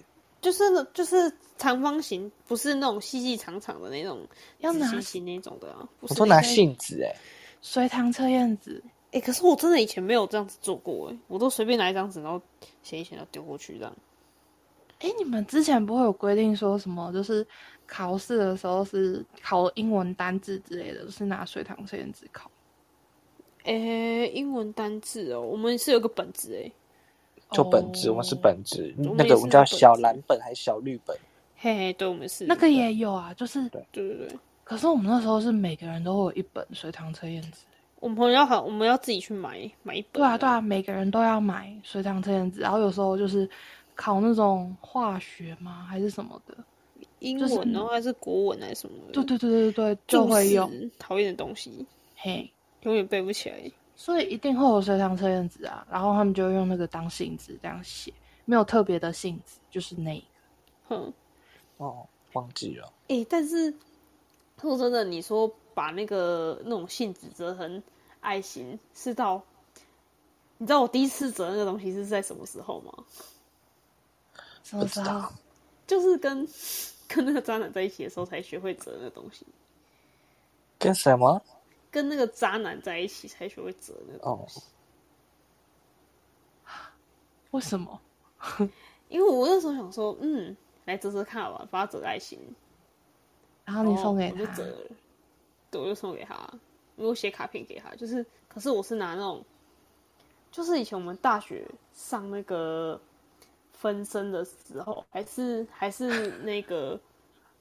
[SPEAKER 3] 就是那就是长方形，不是那种细细长长的那种
[SPEAKER 2] 要
[SPEAKER 3] 直
[SPEAKER 2] 拿
[SPEAKER 3] 形形那种的啊。不
[SPEAKER 1] 我
[SPEAKER 3] 是
[SPEAKER 1] 说
[SPEAKER 3] 那
[SPEAKER 1] 拿
[SPEAKER 3] 个
[SPEAKER 1] 信纸哎、
[SPEAKER 2] 随堂测验纸，
[SPEAKER 3] 哎、可是我真的以前没有这样子做过哎、我都随便拿一张纸，然后写一写，然后丢过去这样。
[SPEAKER 2] 哎，你们之前不会有规定说什么，就是考试的时候是考英文单字之类的，就是拿随堂测验纸考。
[SPEAKER 3] 诶、英文单字哦，我们是有个本子诶、
[SPEAKER 1] 就本子，我们是本
[SPEAKER 2] 哦，
[SPEAKER 1] 子，
[SPEAKER 3] 我们
[SPEAKER 1] 那
[SPEAKER 3] 也
[SPEAKER 1] 个我
[SPEAKER 3] 是
[SPEAKER 1] 们叫
[SPEAKER 3] 本子
[SPEAKER 1] 小蓝本还是小绿本？
[SPEAKER 3] 嘿嘿，对，我们是
[SPEAKER 2] 那个，也有啊，就是，
[SPEAKER 3] 对对对，
[SPEAKER 2] 可是我们那时候是每个人都会有一本随堂测验纸。
[SPEAKER 3] 我们要好，我们要自己去买买一本。
[SPEAKER 2] 对啊，对啊，，每个人都要买随堂测验纸，然后有时候就是考那种化学吗，还是什么的？
[SPEAKER 3] 英
[SPEAKER 2] 就是
[SPEAKER 3] 文，然哦后还是国文还是什么的？
[SPEAKER 2] 对对对对对对，就
[SPEAKER 3] 注
[SPEAKER 2] 会
[SPEAKER 3] 释
[SPEAKER 2] 有，
[SPEAKER 3] 讨厌的东西，
[SPEAKER 2] 嘿。
[SPEAKER 3] 永远背不起来。
[SPEAKER 2] 所以一定会有随堂测验纸啊，然后他们就用那个当信纸这样写，没有特别的信纸，就是那一个。
[SPEAKER 3] 哼，
[SPEAKER 1] 哦，忘记了。
[SPEAKER 3] 诶、但是说真的，你说把那个那种信纸折成爱心，是到你知道我第一次折那个东西是在什么时候吗？
[SPEAKER 2] 什么
[SPEAKER 1] 不
[SPEAKER 2] 时
[SPEAKER 1] 知
[SPEAKER 2] 候
[SPEAKER 1] 道？
[SPEAKER 3] 就是跟 跟那个渣男在一起的时候才学会折那个东西，
[SPEAKER 1] 跟什么？
[SPEAKER 3] 跟那个渣男在一起才学会折那个
[SPEAKER 1] 哦
[SPEAKER 3] 东西。
[SPEAKER 2] 为什么？
[SPEAKER 3] 因为我那时候想说，嗯，来折折看吧，把它折爱心，
[SPEAKER 2] 然后你送给
[SPEAKER 3] 然后哦我就
[SPEAKER 2] 他
[SPEAKER 3] 折，了，对，我就送给他，因为我写卡片给他，就是，可是我是拿那种，就是以前我们大学上那个分身的时候，还是还是那个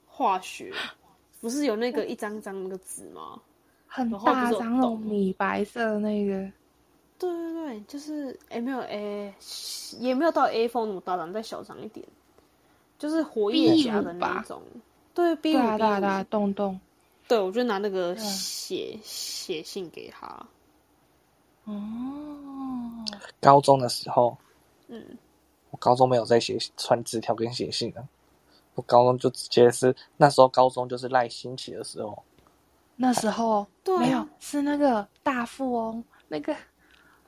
[SPEAKER 3] 化学，不是有那个一张张那个纸吗？
[SPEAKER 2] 很
[SPEAKER 3] 然后
[SPEAKER 2] 大
[SPEAKER 3] 就是有
[SPEAKER 2] 张那种
[SPEAKER 3] 洞
[SPEAKER 2] 米白色的那个，
[SPEAKER 3] 对对对，就是哎、诶没有哎、诶也没有到 A 4那么大张，再小张一点，就是活页
[SPEAKER 2] B5
[SPEAKER 3] 夹的那
[SPEAKER 2] 吧
[SPEAKER 3] 一种。对，B
[SPEAKER 2] 对
[SPEAKER 3] 五
[SPEAKER 2] 啊
[SPEAKER 3] B
[SPEAKER 2] 对啊对啊，
[SPEAKER 3] 五，
[SPEAKER 2] 洞洞，
[SPEAKER 3] 对我就拿那个
[SPEAKER 2] 对啊
[SPEAKER 3] 写写信给他，
[SPEAKER 2] 哦，
[SPEAKER 1] 高中的时候，
[SPEAKER 3] 嗯，
[SPEAKER 1] 我高中没有在写传纸条跟写信的，我高中就直接是那时候高中就是赖兴起的时候，
[SPEAKER 2] 那时候哦
[SPEAKER 3] 对啊
[SPEAKER 2] 没有，是那个大富翁，那个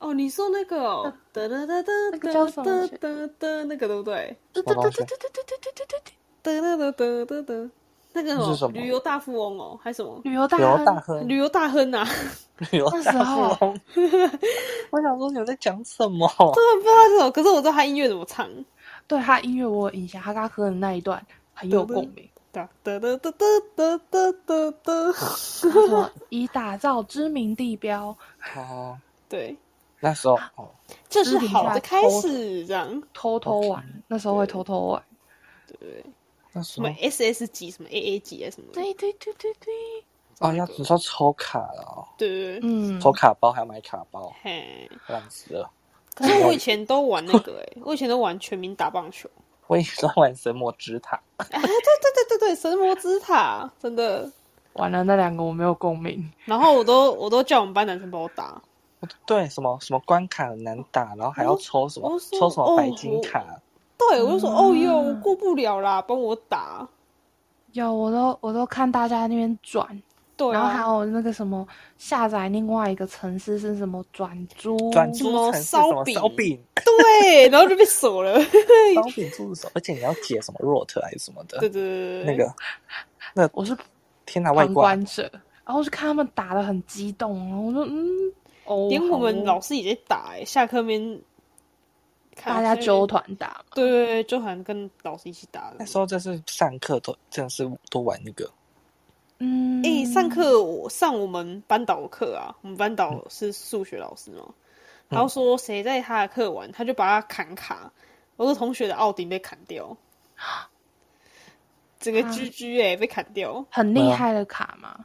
[SPEAKER 3] 哦，你说那个哦哒哒哒哒
[SPEAKER 2] 那个
[SPEAKER 3] 哒
[SPEAKER 2] 叫什
[SPEAKER 3] 哒
[SPEAKER 2] 么
[SPEAKER 3] 哒哒那个对不对？
[SPEAKER 2] 对对
[SPEAKER 1] 我
[SPEAKER 2] 对对
[SPEAKER 1] 忘记
[SPEAKER 2] 对对对对对对对，
[SPEAKER 3] 哒哒哒哒哒哒，那个
[SPEAKER 1] 那是什
[SPEAKER 3] 哦，
[SPEAKER 1] 么嗯
[SPEAKER 3] 旅游大富翁哦，还是什么
[SPEAKER 2] 旅游大
[SPEAKER 1] 旅游大
[SPEAKER 2] 亨，
[SPEAKER 1] 亨，
[SPEAKER 3] 旅游大亨啊？
[SPEAKER 1] 旅游
[SPEAKER 2] 那时
[SPEAKER 1] 大
[SPEAKER 2] 候
[SPEAKER 1] 富翁。我想说你们在讲什么？
[SPEAKER 3] 不知道这首，可是我知道他音乐怎么唱。
[SPEAKER 2] 对他音乐我有印象，他跟他喝的那一段很有
[SPEAKER 3] 对
[SPEAKER 2] 共
[SPEAKER 3] 对
[SPEAKER 2] 鸣。
[SPEAKER 3] 哒哒哒哒哒哒哒哒。
[SPEAKER 2] 什么以打造知名地标，
[SPEAKER 1] 哦，
[SPEAKER 3] 对，
[SPEAKER 1] 那时候哦，
[SPEAKER 3] 这
[SPEAKER 2] 私
[SPEAKER 3] 是
[SPEAKER 2] 底
[SPEAKER 3] 好
[SPEAKER 2] 下
[SPEAKER 3] 的开
[SPEAKER 2] 偷
[SPEAKER 3] 始，这样
[SPEAKER 2] 偷偷玩，那时候会偷偷玩。
[SPEAKER 3] 对，
[SPEAKER 1] 那时
[SPEAKER 3] 什么
[SPEAKER 1] 候
[SPEAKER 3] SS 级，什么 AA 级啊，什么的，
[SPEAKER 2] 对对对对对，
[SPEAKER 1] 哦，要你说抽卡了哦，
[SPEAKER 3] 对对对，
[SPEAKER 2] 嗯，
[SPEAKER 1] 抽卡包还要买卡包，
[SPEAKER 3] 嘿。
[SPEAKER 1] 烂死了。
[SPEAKER 3] 可是我以前都玩那个、欸，我以前都玩全民打棒球，
[SPEAKER 1] 我也在玩神魔之塔，
[SPEAKER 3] 哎对对对对，神魔之塔真的。
[SPEAKER 2] 完了那两个我没有共鸣。
[SPEAKER 3] 然后我都我都叫我们班男生帮我打，
[SPEAKER 1] 对，什么什么关卡很难打，然后还要抽什么
[SPEAKER 3] 我说
[SPEAKER 1] 抽什么白
[SPEAKER 3] 哦
[SPEAKER 1] 金卡，
[SPEAKER 3] 对我就说、哦哟，
[SPEAKER 2] 嗯
[SPEAKER 3] 我过不了啦，帮我打。
[SPEAKER 2] 有，我都我都看大家那边转，
[SPEAKER 3] 对
[SPEAKER 2] 然后还
[SPEAKER 3] 啊，
[SPEAKER 2] 有那个什么下载另外一个城市是什么转租，
[SPEAKER 1] 转
[SPEAKER 3] 什么
[SPEAKER 1] 珠城市
[SPEAKER 3] 烧
[SPEAKER 1] 什么
[SPEAKER 3] 饼
[SPEAKER 1] 烧饼，
[SPEAKER 3] 对，然后就被锁了。
[SPEAKER 1] 烧饼助手，而且你要解什么 rot 还是什么的
[SPEAKER 3] 对对，对对，
[SPEAKER 1] 那
[SPEAKER 3] 对
[SPEAKER 1] 个
[SPEAKER 2] 我是
[SPEAKER 1] 天哪外
[SPEAKER 2] 旁
[SPEAKER 1] 挂，
[SPEAKER 2] 观者，然后我就看他们打的很激动，然后我说嗯，哦，
[SPEAKER 3] 连我
[SPEAKER 2] 好
[SPEAKER 3] 们
[SPEAKER 2] 哦
[SPEAKER 3] 老师也在打、欸，下课面
[SPEAKER 2] 大家纠，团打嘛，
[SPEAKER 3] 对对对，就好像跟老师一起打的
[SPEAKER 1] 那。时候真是上课都真的是都玩那个，
[SPEAKER 2] 嗯，
[SPEAKER 3] 哎、上课我上我们班导的课啊，我们班导是数学老师嘛，然后说谁在他的课玩，他就把他砍卡，我的同学的奥丁被砍掉，整个
[SPEAKER 2] 啊
[SPEAKER 3] GG 哎、被砍掉，
[SPEAKER 2] 很厉害的卡嘛，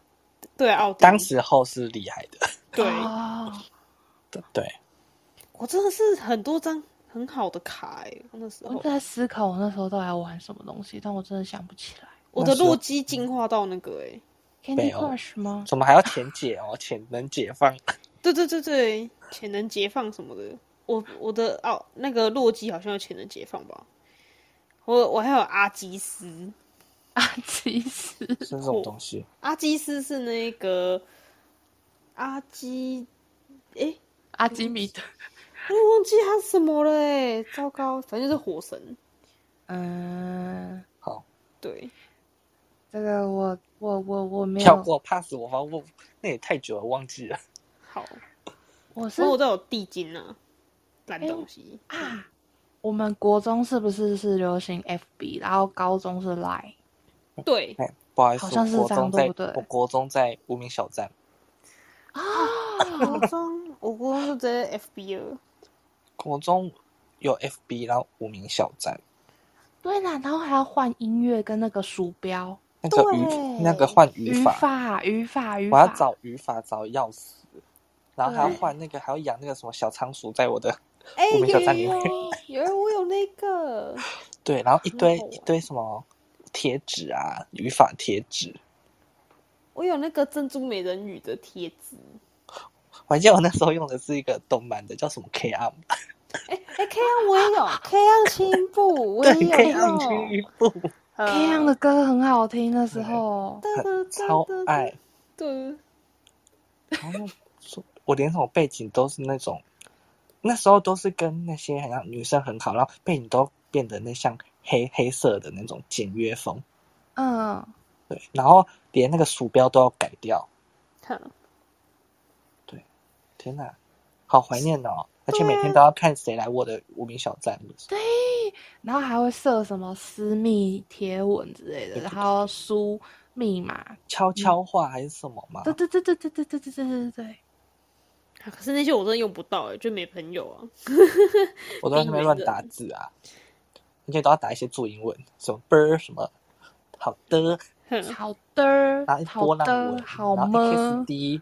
[SPEAKER 3] 对啊奥丁，
[SPEAKER 1] 当时候是厉害的，
[SPEAKER 3] 对、
[SPEAKER 2] 哦
[SPEAKER 1] 对对，
[SPEAKER 3] 我真的是很多张很好的卡哎、那时
[SPEAKER 2] 我
[SPEAKER 3] 候
[SPEAKER 2] 在思考哦我那时候到底要玩什么东西，但我真的想不起来。
[SPEAKER 3] 我的洛基进化到那个哎、
[SPEAKER 2] Candy
[SPEAKER 1] 没有
[SPEAKER 2] Crush 吗？
[SPEAKER 1] 怎么还要前解哦，潜能 解放，
[SPEAKER 3] 对对对对，潜能解放什么的。我我的哦，那个洛基好像有潜能解放吧？我我还有阿基斯，
[SPEAKER 2] 啊，其实
[SPEAKER 1] 是这种东西，
[SPEAKER 3] 阿基斯是那个阿基，诶、
[SPEAKER 2] 阿基米德，
[SPEAKER 3] 我忘记他是什么了、欸，糟糕，反正就是火神。
[SPEAKER 2] 嗯，
[SPEAKER 1] 好
[SPEAKER 3] 对，
[SPEAKER 2] 这个我我我我没
[SPEAKER 1] 跳
[SPEAKER 2] 有，
[SPEAKER 1] 过 pass 我忘我那也太久了忘记了，
[SPEAKER 3] 好，
[SPEAKER 2] 我是
[SPEAKER 3] 所以我都有地精啊，烂
[SPEAKER 2] 哎
[SPEAKER 3] 东西。
[SPEAKER 2] 啊，我们国中是不是是流行 FB，然后高中是 Line？
[SPEAKER 3] 对，
[SPEAKER 1] 哎，不好意思，
[SPEAKER 2] 好像是
[SPEAKER 1] 我
[SPEAKER 2] 这
[SPEAKER 1] 国
[SPEAKER 2] 样
[SPEAKER 1] 中在
[SPEAKER 2] 对不对
[SPEAKER 1] 我国中在无名小站，
[SPEAKER 2] 啊
[SPEAKER 3] 国中我国中就直接 FB 了。
[SPEAKER 1] 国中有 FB，然后无名小站。
[SPEAKER 2] 对啦，然后还要换音乐跟那个鼠标，
[SPEAKER 1] 那个
[SPEAKER 3] 对
[SPEAKER 1] 语那个换
[SPEAKER 2] 语
[SPEAKER 1] 语法，
[SPEAKER 2] 法语法语
[SPEAKER 1] 我要
[SPEAKER 2] 法，
[SPEAKER 1] 找语法找要死，然后还要换那个，还要养那个什么小仓鼠在我的
[SPEAKER 3] 哎、有
[SPEAKER 1] 我们小站里
[SPEAKER 3] 有有有，我有那个。
[SPEAKER 1] 对，然后一堆
[SPEAKER 3] 好好玩
[SPEAKER 1] 一堆什么贴纸啊，语法贴纸，
[SPEAKER 3] 我有那个珍珠美人鱼的贴纸，
[SPEAKER 1] 我还记得我那时候用的是一个动漫的，叫什么 K M，
[SPEAKER 3] 哎、k 安我也有，K 安青布我也
[SPEAKER 1] 对
[SPEAKER 3] 有
[SPEAKER 1] ，K M 轻语部，
[SPEAKER 2] K 样的歌很好听的时候，
[SPEAKER 1] 很超爱。
[SPEAKER 3] 对，
[SPEAKER 1] 然后说我连什么背景都是那种，那时候都是跟那些好像女生很好，然后背景都变得那像黑黑色的那种简约风，
[SPEAKER 2] 嗯，
[SPEAKER 1] 对，然后连那个鼠标都要改掉。
[SPEAKER 3] 好
[SPEAKER 1] 天哪，好怀念哦！而且每天都要看谁来我的无名小站。对，
[SPEAKER 2] 然后还会设什么私密贴文之类的，
[SPEAKER 1] 对啊
[SPEAKER 2] 然后输密码，
[SPEAKER 1] 悄悄话还是什么嘛？
[SPEAKER 2] 对对对对对对对对对对对，
[SPEAKER 3] 可是那些我真的用不到、哎，就没朋友啊。
[SPEAKER 1] 我都在那边乱打字啊，而且都要打一些注英文，什么 b 什么好的，
[SPEAKER 3] 哼
[SPEAKER 2] 好的
[SPEAKER 1] 嗯然后
[SPEAKER 2] 好
[SPEAKER 1] 一，波浪
[SPEAKER 2] 的
[SPEAKER 1] 文，，
[SPEAKER 2] 好
[SPEAKER 1] 然后 x
[SPEAKER 2] 吗？
[SPEAKER 1] d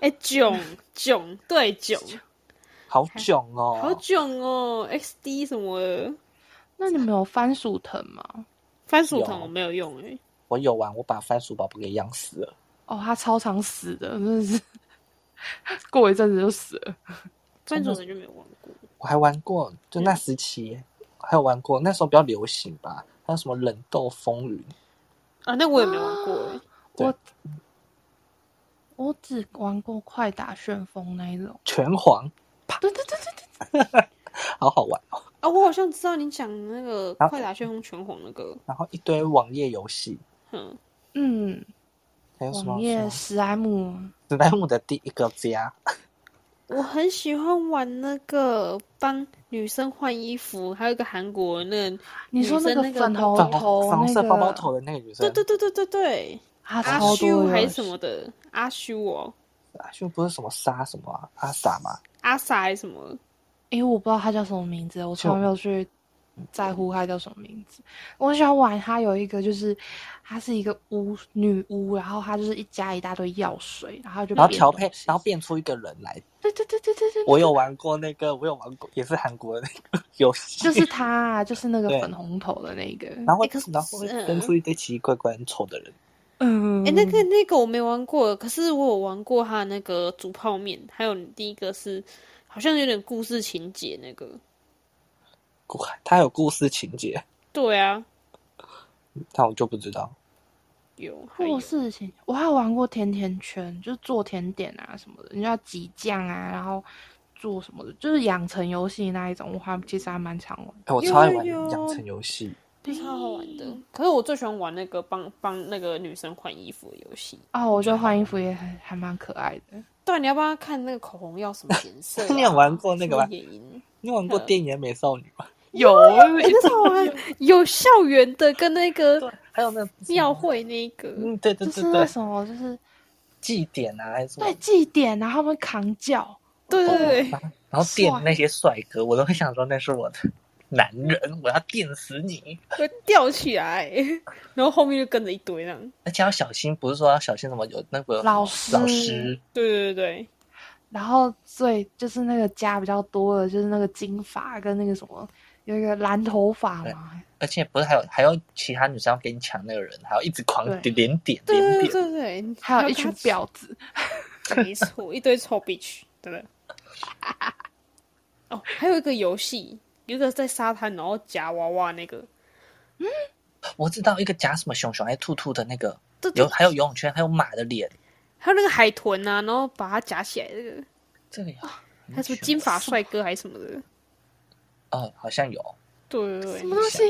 [SPEAKER 3] 哎、囧囧，对囧，
[SPEAKER 1] 好囧哦，
[SPEAKER 3] 好囧哦，XD 什么的，
[SPEAKER 2] 那你们有番薯藤吗？
[SPEAKER 3] 番薯藤
[SPEAKER 1] 有
[SPEAKER 3] 我没有用、哎，
[SPEAKER 1] 我有玩，我把番薯宝宝给养死了。
[SPEAKER 2] 哦，他超常死的，真的是过一阵子就死了。
[SPEAKER 3] 番薯藤就没有玩过。
[SPEAKER 1] 我还玩过，就
[SPEAKER 2] 嗯
[SPEAKER 1] 那时期还有玩过，那时候比较流行吧，还有什么冷斗风云，
[SPEAKER 3] 啊，那我也没玩过、哎，
[SPEAKER 1] 对
[SPEAKER 2] 我我只玩过快打旋风那一种，
[SPEAKER 1] 拳皇，
[SPEAKER 2] 对对对对对，
[SPEAKER 1] 好好玩哦。
[SPEAKER 3] 啊，我好像知道你讲那个
[SPEAKER 1] 然后
[SPEAKER 3] 快打旋风拳皇那个，
[SPEAKER 1] 然后一堆网页游戏，
[SPEAKER 3] 哼，
[SPEAKER 2] 嗯，
[SPEAKER 1] 还有什么
[SPEAKER 2] 网
[SPEAKER 1] 什
[SPEAKER 2] 页
[SPEAKER 1] 么
[SPEAKER 2] 史莱姆，
[SPEAKER 1] 史莱姆的第一个家，
[SPEAKER 3] 我很喜欢玩那个帮女生换衣服，还有一个韩国那个，
[SPEAKER 2] 你说那个
[SPEAKER 3] 女生那个
[SPEAKER 2] 粉红
[SPEAKER 3] 包
[SPEAKER 1] 粉
[SPEAKER 3] 包
[SPEAKER 2] 头
[SPEAKER 1] 红粉红
[SPEAKER 2] 那
[SPEAKER 1] 色
[SPEAKER 2] 个
[SPEAKER 1] 包包头的那个女生，
[SPEAKER 3] 对对对对对对，
[SPEAKER 2] 啊，
[SPEAKER 3] 阿
[SPEAKER 2] 超多
[SPEAKER 3] 修
[SPEAKER 2] 游
[SPEAKER 3] 还是
[SPEAKER 2] 戏
[SPEAKER 3] 什么的，阿修哦，
[SPEAKER 1] 阿秀啊不是什么沙什么啊阿傻吗？
[SPEAKER 3] 阿傻还是什么？
[SPEAKER 2] 因为我不知道他叫什么名字，我从
[SPEAKER 1] 嗯
[SPEAKER 2] 来没有去在乎他叫什么名字。我很喜欢玩他有一个，就是它是一个巫女巫，然后它就是一加一大堆药水，然后就
[SPEAKER 1] 然后
[SPEAKER 2] 变
[SPEAKER 1] 调
[SPEAKER 2] 东
[SPEAKER 1] 配
[SPEAKER 2] 西，
[SPEAKER 1] 然后变出一个人来。
[SPEAKER 2] 对对对对对对，
[SPEAKER 1] 我有玩过那个，我有玩过，也是韩国的那个游戏。
[SPEAKER 2] 就是他啊，就是那个
[SPEAKER 1] 对
[SPEAKER 2] 粉红头的那个，
[SPEAKER 1] 然后
[SPEAKER 3] 欸可是
[SPEAKER 1] 然后会生出一堆奇奇怪怪、很丑的人。
[SPEAKER 2] 嗯，
[SPEAKER 3] 哎、那个那个我没玩过，可是我有玩过他那个煮泡面，还有第一个是好像有点故事情节那个。
[SPEAKER 1] 他有故事情节，
[SPEAKER 3] 对啊，
[SPEAKER 1] 但我就不知道。
[SPEAKER 3] 有还有
[SPEAKER 2] 或事情，我还有玩过甜甜圈，就是做甜点啊什么的，你就要挤酱啊，然后做什么的，就是养成游戏那一种，我还其实还蛮常玩。
[SPEAKER 1] 哎，我超爱玩
[SPEAKER 3] 有有
[SPEAKER 1] 养成游戏，
[SPEAKER 3] 超好玩的。可是我最喜欢玩那个帮帮那个女生换衣服的游戏。
[SPEAKER 2] 哦，我觉得换衣服也很还蛮可爱的。
[SPEAKER 3] 对，你要帮她看那个口红要什么颜色、啊
[SPEAKER 1] 。你有玩过那个吗
[SPEAKER 3] 什么眼 影？
[SPEAKER 1] 你玩过《电眼美少女》吗？
[SPEAKER 2] 有，
[SPEAKER 3] 哎、那种玩有校园的跟那个
[SPEAKER 1] 还有那个
[SPEAKER 3] 庙，会那个，
[SPEAKER 1] 啊嗯，对对
[SPEAKER 2] 就
[SPEAKER 1] 对
[SPEAKER 2] 是为
[SPEAKER 1] 对，
[SPEAKER 2] 什么就是
[SPEAKER 1] 祭典啊还是什么啊
[SPEAKER 2] 对？祭典，然后他们扛轿，
[SPEAKER 3] 对对对，
[SPEAKER 1] 然后电
[SPEAKER 2] 帅
[SPEAKER 1] 那些帅哥，我都会想说那是我的男人，我要电死你！
[SPEAKER 3] 会吊起来， 然后后面就跟着一堆那样。
[SPEAKER 1] 而且要小心，不是说要小心什么有那个
[SPEAKER 2] 老师
[SPEAKER 1] 老师，
[SPEAKER 3] 对对对对，
[SPEAKER 2] 然后最就是那个家比较多的，就是那个金发跟那个什么，有一个蓝头发嘛，
[SPEAKER 1] 而且不是还有还有其他女生要跟你抢那个人，还要一直狂
[SPEAKER 2] 对
[SPEAKER 1] 点连点
[SPEAKER 3] 对
[SPEAKER 1] 连
[SPEAKER 3] 对
[SPEAKER 1] 点。
[SPEAKER 3] 对对，
[SPEAKER 2] 还有一群
[SPEAKER 3] 表，
[SPEAKER 2] 婊子。
[SPEAKER 3] 没错，一堆臭 bitch，对不对？哦，还有一个游戏，有一个在沙滩然后夹娃娃那个，
[SPEAKER 1] 我知道一个夹什么熊熊还兔兔的那个，
[SPEAKER 3] 对对
[SPEAKER 1] 有，还有游泳圈，还有马的脸，
[SPEAKER 3] 还有那个海豚啊，然后把它夹起来，那个
[SPEAKER 2] 嗯
[SPEAKER 1] 这个有
[SPEAKER 3] 啊还有什么金发帅哥还是什么的，
[SPEAKER 1] 哦，好像有。
[SPEAKER 3] 对对
[SPEAKER 2] 什
[SPEAKER 3] 对
[SPEAKER 2] 么，东西？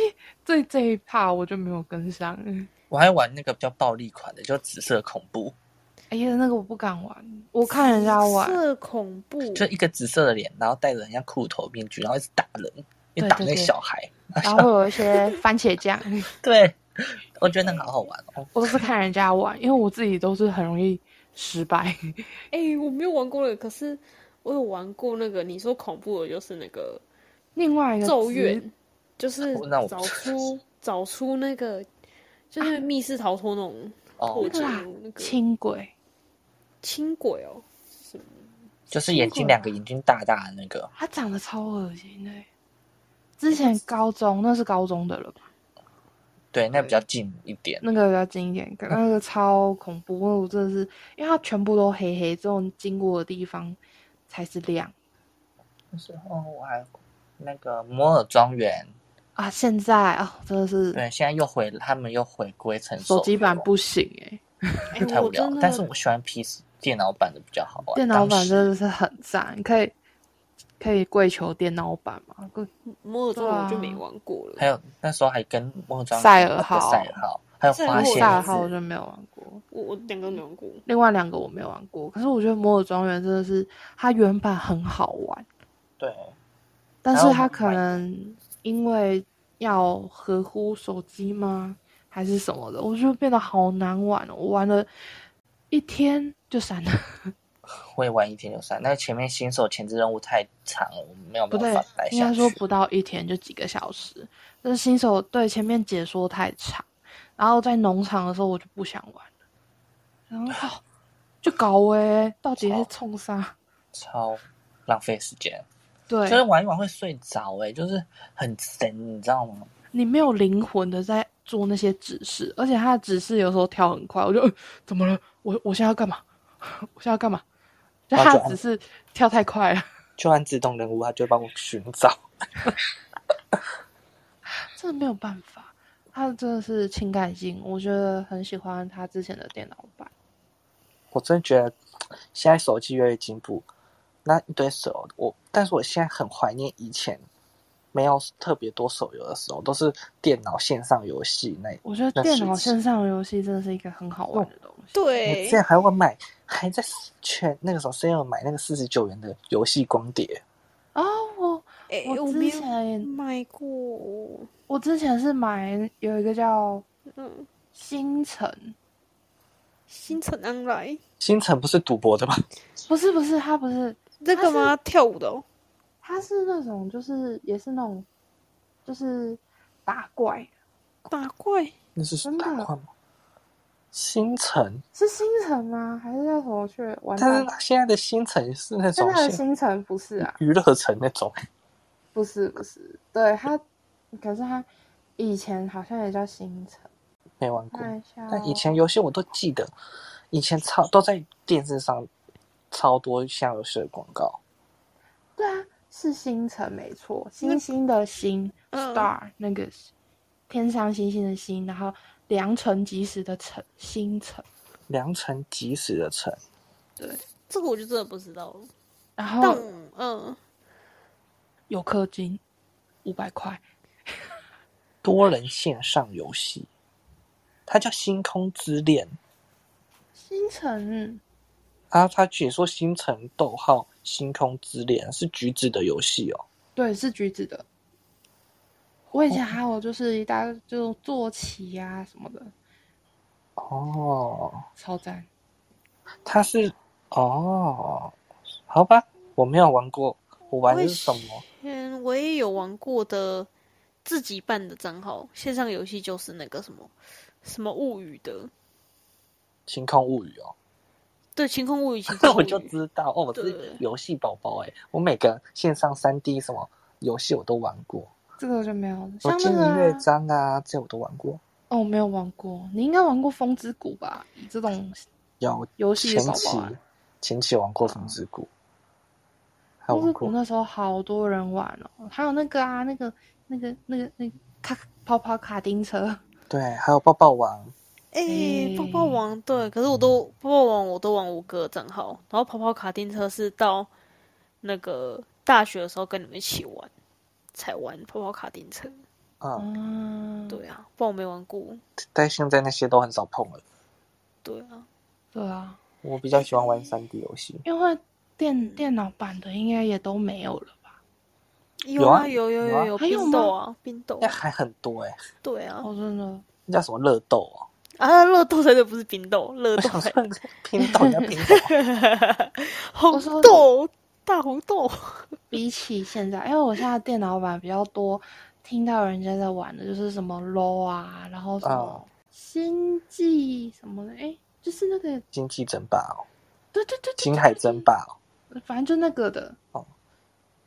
[SPEAKER 2] 这这一趴我就没有跟上。
[SPEAKER 1] 我还玩那个比较暴力款的，就紫色恐怖，
[SPEAKER 2] 哎呀，那个我不敢玩，我看人家玩，
[SPEAKER 3] 色恐怖，
[SPEAKER 1] 就一个紫色的脸，然后戴着人家骷头面具，然后一直打人，一
[SPEAKER 2] 对
[SPEAKER 1] 打
[SPEAKER 2] 对
[SPEAKER 1] 那
[SPEAKER 2] 对
[SPEAKER 1] 小孩。
[SPEAKER 2] 然后会有一些番茄酱，
[SPEAKER 1] 对，我觉得那个好好玩哦。
[SPEAKER 2] 我都是看人家玩，因为我自己都是很容易失败。
[SPEAKER 3] 哎、我没有玩过那个，可是我有玩过那个。你说恐怖的，就是那个
[SPEAKER 2] 另外一
[SPEAKER 3] 《
[SPEAKER 2] 个
[SPEAKER 3] 咒
[SPEAKER 2] 只
[SPEAKER 3] 怨》，就是
[SPEAKER 1] 哦那 我
[SPEAKER 3] 找出找出那个，就是密室逃脱那种破
[SPEAKER 1] 哦，
[SPEAKER 3] 解
[SPEAKER 2] 啊那个啊
[SPEAKER 3] 那个
[SPEAKER 2] 轻轨，
[SPEAKER 3] 轻轨哦，
[SPEAKER 1] 就是眼睛两个眼睛大大的那个，
[SPEAKER 2] 它长得超恶心的。欸之前高中那是高中的了吧？
[SPEAKER 1] 对，那比较近一点。
[SPEAKER 3] 嗯
[SPEAKER 2] 那个比较经典，那个超恐怖，我真的是，因为它全部都黑黑，这种经过的地方才是亮
[SPEAKER 1] 那时候哦我还那个摩尔庄园，
[SPEAKER 2] 啊！现在哦，真的是
[SPEAKER 1] 对，现在又回他们又回归成
[SPEAKER 2] 手机版
[SPEAKER 1] 游
[SPEAKER 2] 不行哎、
[SPEAKER 3] 哎、
[SPEAKER 1] 太无
[SPEAKER 3] 我
[SPEAKER 1] 聊
[SPEAKER 3] 真，的，
[SPEAKER 1] 但是我喜欢 PC 电脑版的比较好玩。
[SPEAKER 2] 电脑
[SPEAKER 1] 当
[SPEAKER 2] 版
[SPEAKER 1] 时
[SPEAKER 2] 真的是很赞，你可以可以跪求电脑版嘛？跪
[SPEAKER 3] 摩尔
[SPEAKER 2] 对
[SPEAKER 3] 庄园
[SPEAKER 2] 啊
[SPEAKER 3] 我就没玩过了。
[SPEAKER 1] 还有那时候还跟摩尔庄园
[SPEAKER 2] 赛尔
[SPEAKER 1] 合作
[SPEAKER 2] 号
[SPEAKER 1] 赛尔号，还有
[SPEAKER 3] 赛尔
[SPEAKER 1] 花
[SPEAKER 3] 号
[SPEAKER 1] 仙
[SPEAKER 2] 赛尔
[SPEAKER 1] 子，
[SPEAKER 2] 号我就没有玩过，
[SPEAKER 3] 我我两个都没玩过，
[SPEAKER 2] 另外两个我没有玩过。可是我觉得《摩尔庄园》真的是它原版很好玩，
[SPEAKER 1] 对，
[SPEAKER 2] 但
[SPEAKER 1] 还
[SPEAKER 2] 是
[SPEAKER 1] 有
[SPEAKER 2] 它可能因为要合乎手机吗，还是什么的，我就变得好难玩哦。我玩了一天就删了，
[SPEAKER 1] 我也玩一天就删。那前面新手前置任务太长了，我没有
[SPEAKER 2] 不
[SPEAKER 1] 办
[SPEAKER 2] 对
[SPEAKER 1] 法待，
[SPEAKER 2] 应该
[SPEAKER 1] 下
[SPEAKER 2] 说
[SPEAKER 1] 去。
[SPEAKER 2] 不到一天就几个小时。但是新手对前面解说太长，然后在农场的时候我就不想玩了，然后、哦、就搞哎、到底是冲啥？
[SPEAKER 1] 超浪费时间，
[SPEAKER 2] 对，
[SPEAKER 1] 就是玩一玩会睡着，哎，就是很神，你知道吗？
[SPEAKER 2] 你没有灵魂的在做那些指示，而且他的指示有时候跳很快，我就、呃怎么了？我我现在要干嘛？ 我现在要干嘛？就
[SPEAKER 1] 那
[SPEAKER 2] 他
[SPEAKER 1] 就
[SPEAKER 2] 的指示跳太快了，
[SPEAKER 1] 就按自动人物，它就会帮我寻找。
[SPEAKER 2] 真的没有办法。他真的是情感性，我觉得很喜欢他之前的电脑版。
[SPEAKER 1] 我真的觉得现在手机越来越进步，那一堆手我，但是我现在很怀念以前没有特别多手游的时候，都是电脑线上游戏那。
[SPEAKER 2] 我觉得
[SPEAKER 1] 那
[SPEAKER 2] 电
[SPEAKER 1] 是
[SPEAKER 2] 脑线上游戏真的是一个很好玩的东西。
[SPEAKER 1] 我
[SPEAKER 3] 对
[SPEAKER 1] 之，前还会买，还在全那个时候 C 有买那个四十九元的游戏光碟，
[SPEAKER 2] 哦，我
[SPEAKER 3] 哎、
[SPEAKER 2] 我
[SPEAKER 3] 我
[SPEAKER 2] 之
[SPEAKER 3] 没有
[SPEAKER 2] 前
[SPEAKER 3] 买过，
[SPEAKER 2] 我之前是买有一个叫
[SPEAKER 3] 嗯，
[SPEAKER 2] 星辰，
[SPEAKER 3] 星辰 online
[SPEAKER 1] 星辰不是赌博的吗？
[SPEAKER 2] 不是不是，他不是，
[SPEAKER 3] 这个吗？跳舞的哦，
[SPEAKER 2] 他是那种就是也是那种就是打怪，
[SPEAKER 3] 打怪
[SPEAKER 1] 那是
[SPEAKER 2] 真的
[SPEAKER 1] 打怪吗？星辰，
[SPEAKER 2] 是星辰吗？还是叫什么去玩？
[SPEAKER 1] 但是现在的星辰是那
[SPEAKER 2] 真
[SPEAKER 1] 种
[SPEAKER 2] 的很
[SPEAKER 1] 现
[SPEAKER 2] 星辰不是啊，
[SPEAKER 1] 娱乐城那种，
[SPEAKER 2] 不是不是，对他，可是他以前好像也叫星辰。
[SPEAKER 1] 没玩过。
[SPEAKER 2] 看一下哦，
[SPEAKER 1] 但以前游戏我都记得，以前超都在电视上超多像游戏的广告。
[SPEAKER 2] 对啊，是星辰没错，星星的星、
[SPEAKER 3] 嗯
[SPEAKER 2] s t a r 那个天上星星的星，然后良辰吉时的辰，星辰。
[SPEAKER 1] 良辰吉时的辰，
[SPEAKER 2] 对，
[SPEAKER 3] 这个我就真的不知道了。
[SPEAKER 2] 哦然
[SPEAKER 3] 但
[SPEAKER 2] 后
[SPEAKER 3] 嗯，
[SPEAKER 2] 有氪金五百块，
[SPEAKER 1] 多人线上游戏，它叫《星空之恋》
[SPEAKER 2] 星辰
[SPEAKER 1] 啊，它解说星辰逗号星空之恋是橘子的游戏哦。
[SPEAKER 2] 对是橘子的。我以前还有就是一大就坐骑啊什么的，
[SPEAKER 1] 哦，
[SPEAKER 2] 超赞。
[SPEAKER 1] 它是哦，好吧，我没有玩过，我玩的是什么？
[SPEAKER 3] 嗯，我也有玩过的自己办的账号，线上游戏就是那个什么什么物语的，
[SPEAKER 1] 星空物语哦，
[SPEAKER 3] 对，晴空物语， 晴空
[SPEAKER 1] 这
[SPEAKER 3] 物
[SPEAKER 1] 我
[SPEAKER 3] 语
[SPEAKER 1] 就知道哦，我
[SPEAKER 3] 对
[SPEAKER 1] 是游戏宝宝哎，我每个线上三 D 什么游戏我都玩过，
[SPEAKER 2] 这个我就没有了，
[SPEAKER 1] 我
[SPEAKER 2] 像那
[SPEAKER 1] 金
[SPEAKER 2] 个、
[SPEAKER 1] 银乐
[SPEAKER 2] 啊、
[SPEAKER 1] 章啊，这我都玩过。
[SPEAKER 2] 哦，我没有玩过，你应该玩过《风之谷》吧？以这种
[SPEAKER 1] 有
[SPEAKER 2] 游戏
[SPEAKER 1] 前
[SPEAKER 2] 宝
[SPEAKER 1] 期
[SPEAKER 2] 宝啊嗯
[SPEAKER 1] 前期玩过风之谷，还
[SPEAKER 2] 风之
[SPEAKER 1] 玩
[SPEAKER 2] 谷
[SPEAKER 1] 过
[SPEAKER 2] 那时候好多人玩哦，还有那个啊，那个那个那个那个卡跑跑卡丁车，
[SPEAKER 1] 对，还有抱抱王，
[SPEAKER 3] 哎、
[SPEAKER 2] 哎
[SPEAKER 3] 泡泡网对，可是我都泡泡网我都玩五个账号，然后跑跑卡丁车是到那个大学的时候跟你们一起玩才玩跑跑卡丁车。
[SPEAKER 1] 嗯，
[SPEAKER 2] 嗯，
[SPEAKER 3] 对啊，不然我没玩过。
[SPEAKER 1] 但现在那些都很少碰了。
[SPEAKER 3] 对啊，
[SPEAKER 2] 对啊，
[SPEAKER 1] 我比较喜欢玩三 D 游戏，
[SPEAKER 2] 因为电电脑版的应该也都没有了吧？
[SPEAKER 3] 有
[SPEAKER 1] 有啊
[SPEAKER 3] 有有
[SPEAKER 1] 有啊
[SPEAKER 3] 有
[SPEAKER 2] 还有
[SPEAKER 3] 冰豆啊，冰豆
[SPEAKER 1] 那。还很多哎、
[SPEAKER 3] 对啊，
[SPEAKER 2] 哦，真的，
[SPEAKER 1] 那叫什么乐豆哦？
[SPEAKER 3] 啊，乐豆才对，不是冰豆，乐
[SPEAKER 1] 我
[SPEAKER 3] 豆
[SPEAKER 1] 想
[SPEAKER 3] 才
[SPEAKER 1] 说 拼豆人家拼豆，
[SPEAKER 3] 红
[SPEAKER 2] 我说
[SPEAKER 3] 豆大红豆。
[SPEAKER 2] 比起现在，因为我现在电脑版比较多，听到人家在玩的就是什么 LO 啊，然后什么
[SPEAKER 1] 哦
[SPEAKER 2] 星际什么的，哎，就是那个，
[SPEAKER 1] 经济争霸哦，
[SPEAKER 2] 对对对，对
[SPEAKER 1] 星海争，霸哦。
[SPEAKER 2] 对反正就那个的，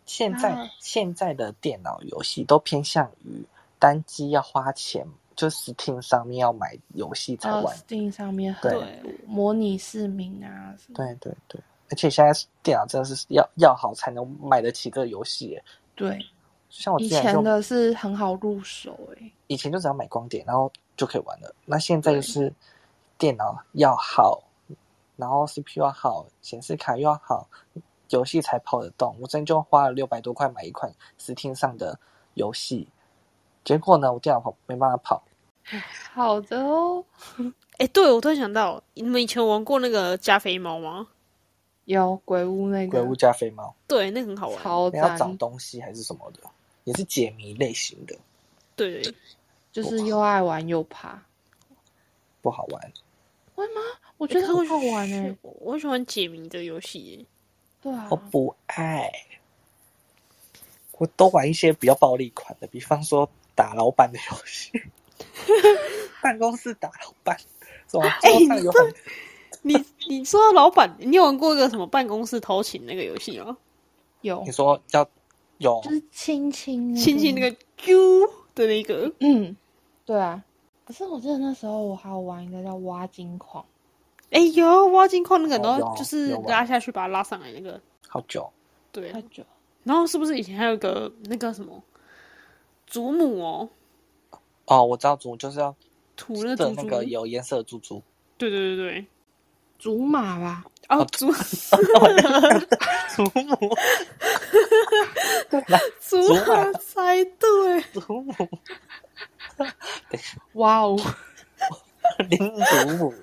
[SPEAKER 1] 现在、
[SPEAKER 2] 啊
[SPEAKER 1] 现在的电脑游戏都偏向于单机要花钱，就 Steam 上面要买游戏才
[SPEAKER 2] 呃
[SPEAKER 1] 玩。
[SPEAKER 2] ，Steam 上面很
[SPEAKER 1] 对
[SPEAKER 3] 对
[SPEAKER 2] 模拟市民啊，什么
[SPEAKER 1] 对对对，而且现在电脑真的是要要好才能买得起这个游戏耶。
[SPEAKER 2] 对，
[SPEAKER 1] 像我之
[SPEAKER 2] 以
[SPEAKER 1] 前就
[SPEAKER 2] 前的是很好入手欸诶、
[SPEAKER 1] 以前就只要买光碟，然后就可以玩了。那现在就是电脑要好，然后 CPU 要好，显示卡又要好，游戏才跑得动。我真就花了六百多块买一款 Steam 上的游戏，结果呢，我电脑跑没办法跑。
[SPEAKER 2] 好的哦，
[SPEAKER 3] 哎、对，我突然想到，你们以前玩过那个加菲猫吗？
[SPEAKER 2] 有鬼屋那
[SPEAKER 1] 鬼
[SPEAKER 2] 个
[SPEAKER 1] 屋加菲猫，
[SPEAKER 3] 对，那个很好玩。
[SPEAKER 2] 超
[SPEAKER 1] 你要找
[SPEAKER 2] 赞，
[SPEAKER 1] 东西还是什么的，也是解谜类型的，
[SPEAKER 3] 对，
[SPEAKER 2] 就是又爱玩又怕。
[SPEAKER 1] 不好玩。
[SPEAKER 2] 会吗？我觉得
[SPEAKER 3] 可
[SPEAKER 2] 很
[SPEAKER 3] 是
[SPEAKER 2] 好玩诶、
[SPEAKER 3] 我我喜欢解谜的游戏 耶。
[SPEAKER 2] 对啊
[SPEAKER 1] 我，哦不爱，我都玩一些比较暴力款的，比方说打老板的游戏， 办公室打老板，是吧？
[SPEAKER 3] 哎
[SPEAKER 1] 桌上有很
[SPEAKER 3] 你你说到老板，你有玩过一个什么办公室偷情那个游戏吗？
[SPEAKER 2] 有
[SPEAKER 1] 你，说要有
[SPEAKER 2] 就是亲亲、那个
[SPEAKER 3] 亲亲那，个啾的那个，
[SPEAKER 2] 嗯，对啊。可是我记得那时候我还有玩一个叫挖金矿，
[SPEAKER 3] 哎、有挖金矿那个，然
[SPEAKER 1] 哦
[SPEAKER 3] 后
[SPEAKER 1] 有
[SPEAKER 3] 就是
[SPEAKER 1] 有玩
[SPEAKER 3] 拉下去把它拉上来那个，
[SPEAKER 1] 好久，
[SPEAKER 3] 对啊
[SPEAKER 2] 太。久了，
[SPEAKER 3] 然后是不是以前还有一个那个什么祖母哦，
[SPEAKER 1] 哦，我知道猪就是要
[SPEAKER 3] 吐那
[SPEAKER 1] 的
[SPEAKER 3] 个
[SPEAKER 1] 那
[SPEAKER 3] 猪猪，
[SPEAKER 1] 个有颜色的猪猪，
[SPEAKER 3] 对对对对，
[SPEAKER 2] 竹马吧，
[SPEAKER 3] 哦 祖
[SPEAKER 1] 祖
[SPEAKER 3] 祖
[SPEAKER 1] 母祖
[SPEAKER 3] 母
[SPEAKER 1] 母
[SPEAKER 3] 猜对，
[SPEAKER 1] 祖母
[SPEAKER 2] 哇哦，
[SPEAKER 1] 林祖母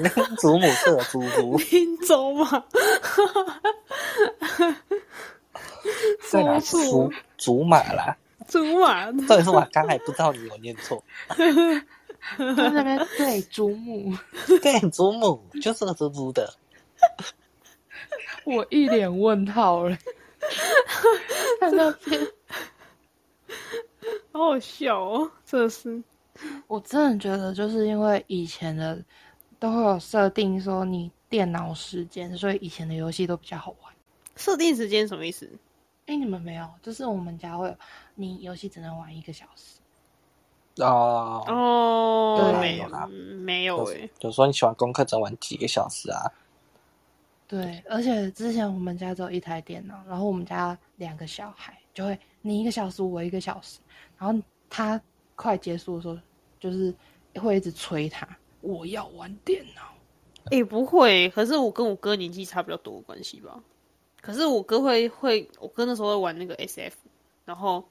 [SPEAKER 1] 林祖母是的猪猪，
[SPEAKER 3] 林州嘛，
[SPEAKER 1] 对啦，
[SPEAKER 3] 祖母
[SPEAKER 1] 祖祖马啦，
[SPEAKER 3] 祖马，
[SPEAKER 1] 这也是我刚才不知道你有念错，
[SPEAKER 2] 在那边对祖母，
[SPEAKER 1] 对， 祖母就是个猪猪的，
[SPEAKER 2] 我一脸问号 了。看那边，
[SPEAKER 3] 好好笑哦，真的是。
[SPEAKER 2] 我真的觉得就是因为以前的都会有设定说你电脑时间，所以以前的游戏都比较好玩。
[SPEAKER 3] 设定时间什么意思？
[SPEAKER 2] 哎、你们没有？就是我们家会有，你游戏只能玩一个小时。
[SPEAKER 1] 哦，啊
[SPEAKER 3] 哦
[SPEAKER 2] 有，啦
[SPEAKER 3] 没
[SPEAKER 1] 有啦
[SPEAKER 3] 没有欸
[SPEAKER 1] 有
[SPEAKER 3] 诶、
[SPEAKER 1] 有时候你喜欢功课只能玩几个小时啊，
[SPEAKER 2] 对，而且之前我们家只有一台电脑，然后我们家两个小孩就会你一个小时，我一个小时，然后他快结束的时候，就是会一直催他，我要玩电脑。
[SPEAKER 3] 诶、不会，可是我跟我哥年纪差比较多的关系吧。可是我哥会会，我哥那时候会玩那个 SF，然后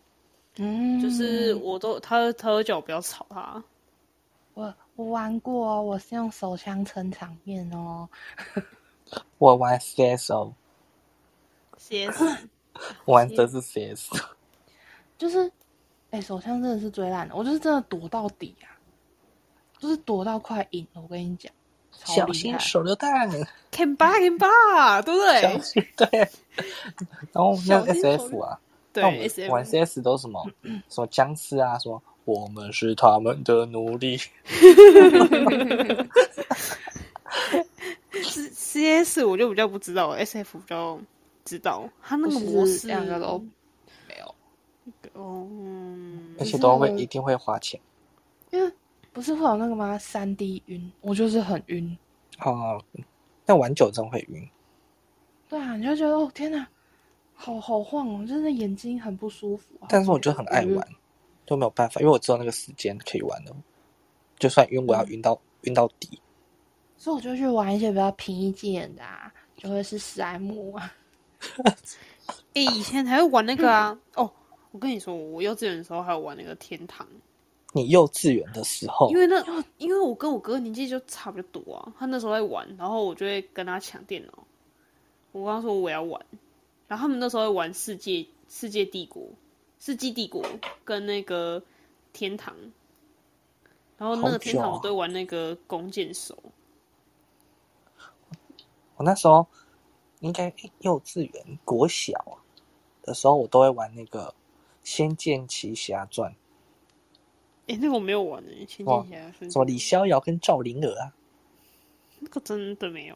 [SPEAKER 2] 嗯，
[SPEAKER 3] 就是我都、他他会叫我不要吵他，
[SPEAKER 2] 我我玩过哦，我是用手枪撑场面哦。
[SPEAKER 1] 我玩 CSO，
[SPEAKER 3] CS
[SPEAKER 1] 我玩的是 CS，
[SPEAKER 2] 就是，哎、手枪真的是最烂的，我就是真的躲到底啊，就是躲到快赢了。我跟你讲，超
[SPEAKER 1] 小
[SPEAKER 2] 厉害
[SPEAKER 1] 心。手榴弹，
[SPEAKER 3] can 吧 can 吧，对不
[SPEAKER 1] 小
[SPEAKER 3] 对？
[SPEAKER 1] 心对，然后那
[SPEAKER 3] 小
[SPEAKER 1] 个
[SPEAKER 3] 心手榴
[SPEAKER 1] SF 啊，那我
[SPEAKER 3] 对
[SPEAKER 1] 们
[SPEAKER 3] SF
[SPEAKER 1] 玩 CS 都是什么什么僵尸啊，什么我们是他们的奴隶，
[SPEAKER 3] C C S 我就比较不知道，S F 比较知道，他那个
[SPEAKER 2] 我其实
[SPEAKER 3] 模式
[SPEAKER 2] 两个都没有，
[SPEAKER 3] 哦，嗯
[SPEAKER 1] 而
[SPEAKER 2] 你
[SPEAKER 1] 且
[SPEAKER 2] 知道
[SPEAKER 1] 都会
[SPEAKER 2] 我
[SPEAKER 1] 一定会花钱。
[SPEAKER 2] 因为不是会有那个吗？三 D 晕，我就是很晕。
[SPEAKER 1] 哦，那玩久真会晕。
[SPEAKER 2] 对啊，你就觉得哦天哪，好好晃哦，就是眼睛很不舒服、啊。
[SPEAKER 1] 但是我就很爱玩，都没有办法，因为我知道那个时间可以玩了，就算晕，我要晕到晕到底。
[SPEAKER 2] 所以我就去玩一些比较平易近人的啊，就会是史莱姆啊。
[SPEAKER 3] 哎、以前还会玩那个啊，哦，我跟你说，我幼稚园的时候还有玩那个天堂，
[SPEAKER 1] 你幼稚园的时候
[SPEAKER 3] 因，为那因为我跟我哥年纪就差不多啊，他那时候在玩，然后我就会跟他抢电脑，我跟他说我要玩，然后他们那时候在玩世界世界帝国、世纪帝国跟那个天堂，然后那个
[SPEAKER 1] 好
[SPEAKER 3] 天堂
[SPEAKER 1] 久啊
[SPEAKER 3] 我都会玩那个弓箭手，
[SPEAKER 1] 我那时候应该幼稚园、国小的时候，我都会玩那个《仙剑奇侠传
[SPEAKER 3] 哎、那个我没有玩诶、仙剑奇侠传》，
[SPEAKER 1] 什么李逍遥跟赵灵儿啊，
[SPEAKER 3] 那个真的没有。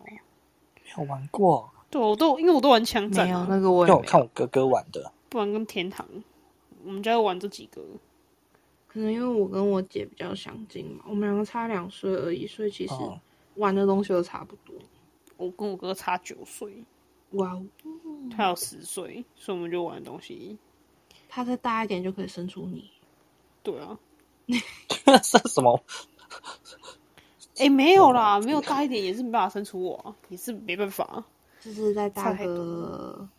[SPEAKER 1] 没有玩过，
[SPEAKER 3] 对，我都因为我都玩枪 战、
[SPEAKER 2] 没有
[SPEAKER 3] 啊，
[SPEAKER 2] 那个我也
[SPEAKER 1] 因为
[SPEAKER 2] 没有
[SPEAKER 1] 我看我哥哥玩的。
[SPEAKER 3] 不然跟天堂，我们家玩这几个。
[SPEAKER 2] 可能因为我跟我姐比较相近嘛，我们两个差两岁而已，所以其实
[SPEAKER 1] 哦
[SPEAKER 2] 玩的东西都差不多。
[SPEAKER 3] 我跟我哥差九岁，
[SPEAKER 2] 哇哦，
[SPEAKER 3] 他有十岁，所以我们就玩的东西。
[SPEAKER 2] 他再大一点就可以生出你。
[SPEAKER 3] 对啊，
[SPEAKER 1] 是什么？
[SPEAKER 3] 哎、没有啦，没有大一点也是没办法生出我、啊，也是没办法啊。
[SPEAKER 4] 就是在大
[SPEAKER 3] 差太
[SPEAKER 4] 哥，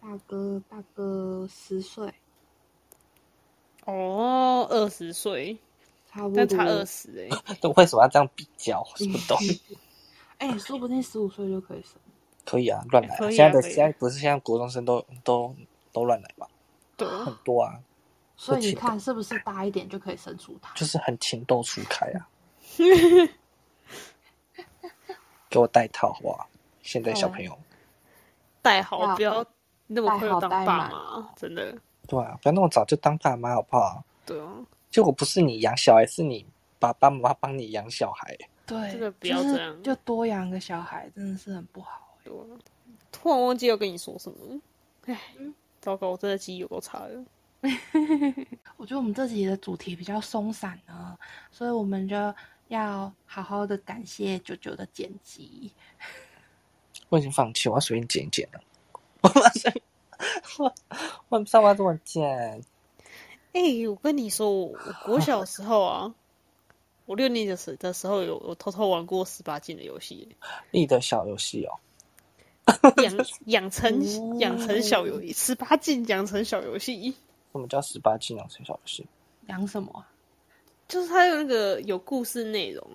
[SPEAKER 4] 大哥大哥十岁，
[SPEAKER 3] 哦，二十岁，
[SPEAKER 4] 差不多。
[SPEAKER 3] 但差二十哎，
[SPEAKER 1] 为什么要这样比较？我不懂。
[SPEAKER 4] 哎、说不定十五岁就可以生。
[SPEAKER 1] 可以啊，乱来、
[SPEAKER 3] 可以啊
[SPEAKER 1] 现在的
[SPEAKER 3] 可以啊
[SPEAKER 1] 现在不是现在国中生都都都乱来吧？
[SPEAKER 3] 对啊，
[SPEAKER 1] 很多啊，
[SPEAKER 4] 所以
[SPEAKER 1] 不
[SPEAKER 4] 你
[SPEAKER 1] 行
[SPEAKER 4] 看，是不是大一点就可以生出他？
[SPEAKER 1] 就是很情窦初开 啊。给我带套好不好？现在
[SPEAKER 3] 啊
[SPEAKER 1] 小朋友，
[SPEAKER 3] 带好
[SPEAKER 4] 要
[SPEAKER 3] 不要那么快就当
[SPEAKER 4] 带好带
[SPEAKER 3] 爸
[SPEAKER 4] 满
[SPEAKER 3] 妈，真的。
[SPEAKER 1] 对啊，不要那么早就当爸妈好不好？
[SPEAKER 3] 对啊，
[SPEAKER 1] 结果不是你养小孩，是你爸爸妈妈帮你养小孩。
[SPEAKER 2] 对，
[SPEAKER 3] 真的不要这样
[SPEAKER 2] 就是、就多养个小孩真的是很不好、
[SPEAKER 3] 对啊。突然忘记要跟你说什么，哎，糟糕，我真的记忆有够差的。
[SPEAKER 2] 我觉得我们这集的主题比较松散呢，所以我们就要好好的感谢九九的剪辑。
[SPEAKER 1] 我已经放弃，我要随便剪一剪了。 我马上，我我不知道我要怎么剪。
[SPEAKER 3] 哎、我跟你说，我我国小的时候啊，我六年级的时的时候有我偷偷玩过十八禁的游戏，
[SPEAKER 1] 你的小游戏哦，
[SPEAKER 3] 养 养
[SPEAKER 2] 哦
[SPEAKER 3] 成养成小游戏，十八禁养成小游戏，
[SPEAKER 1] 什么叫十八禁养成小游戏？
[SPEAKER 2] 养什么啊？
[SPEAKER 3] 就是它有那个有故事内容，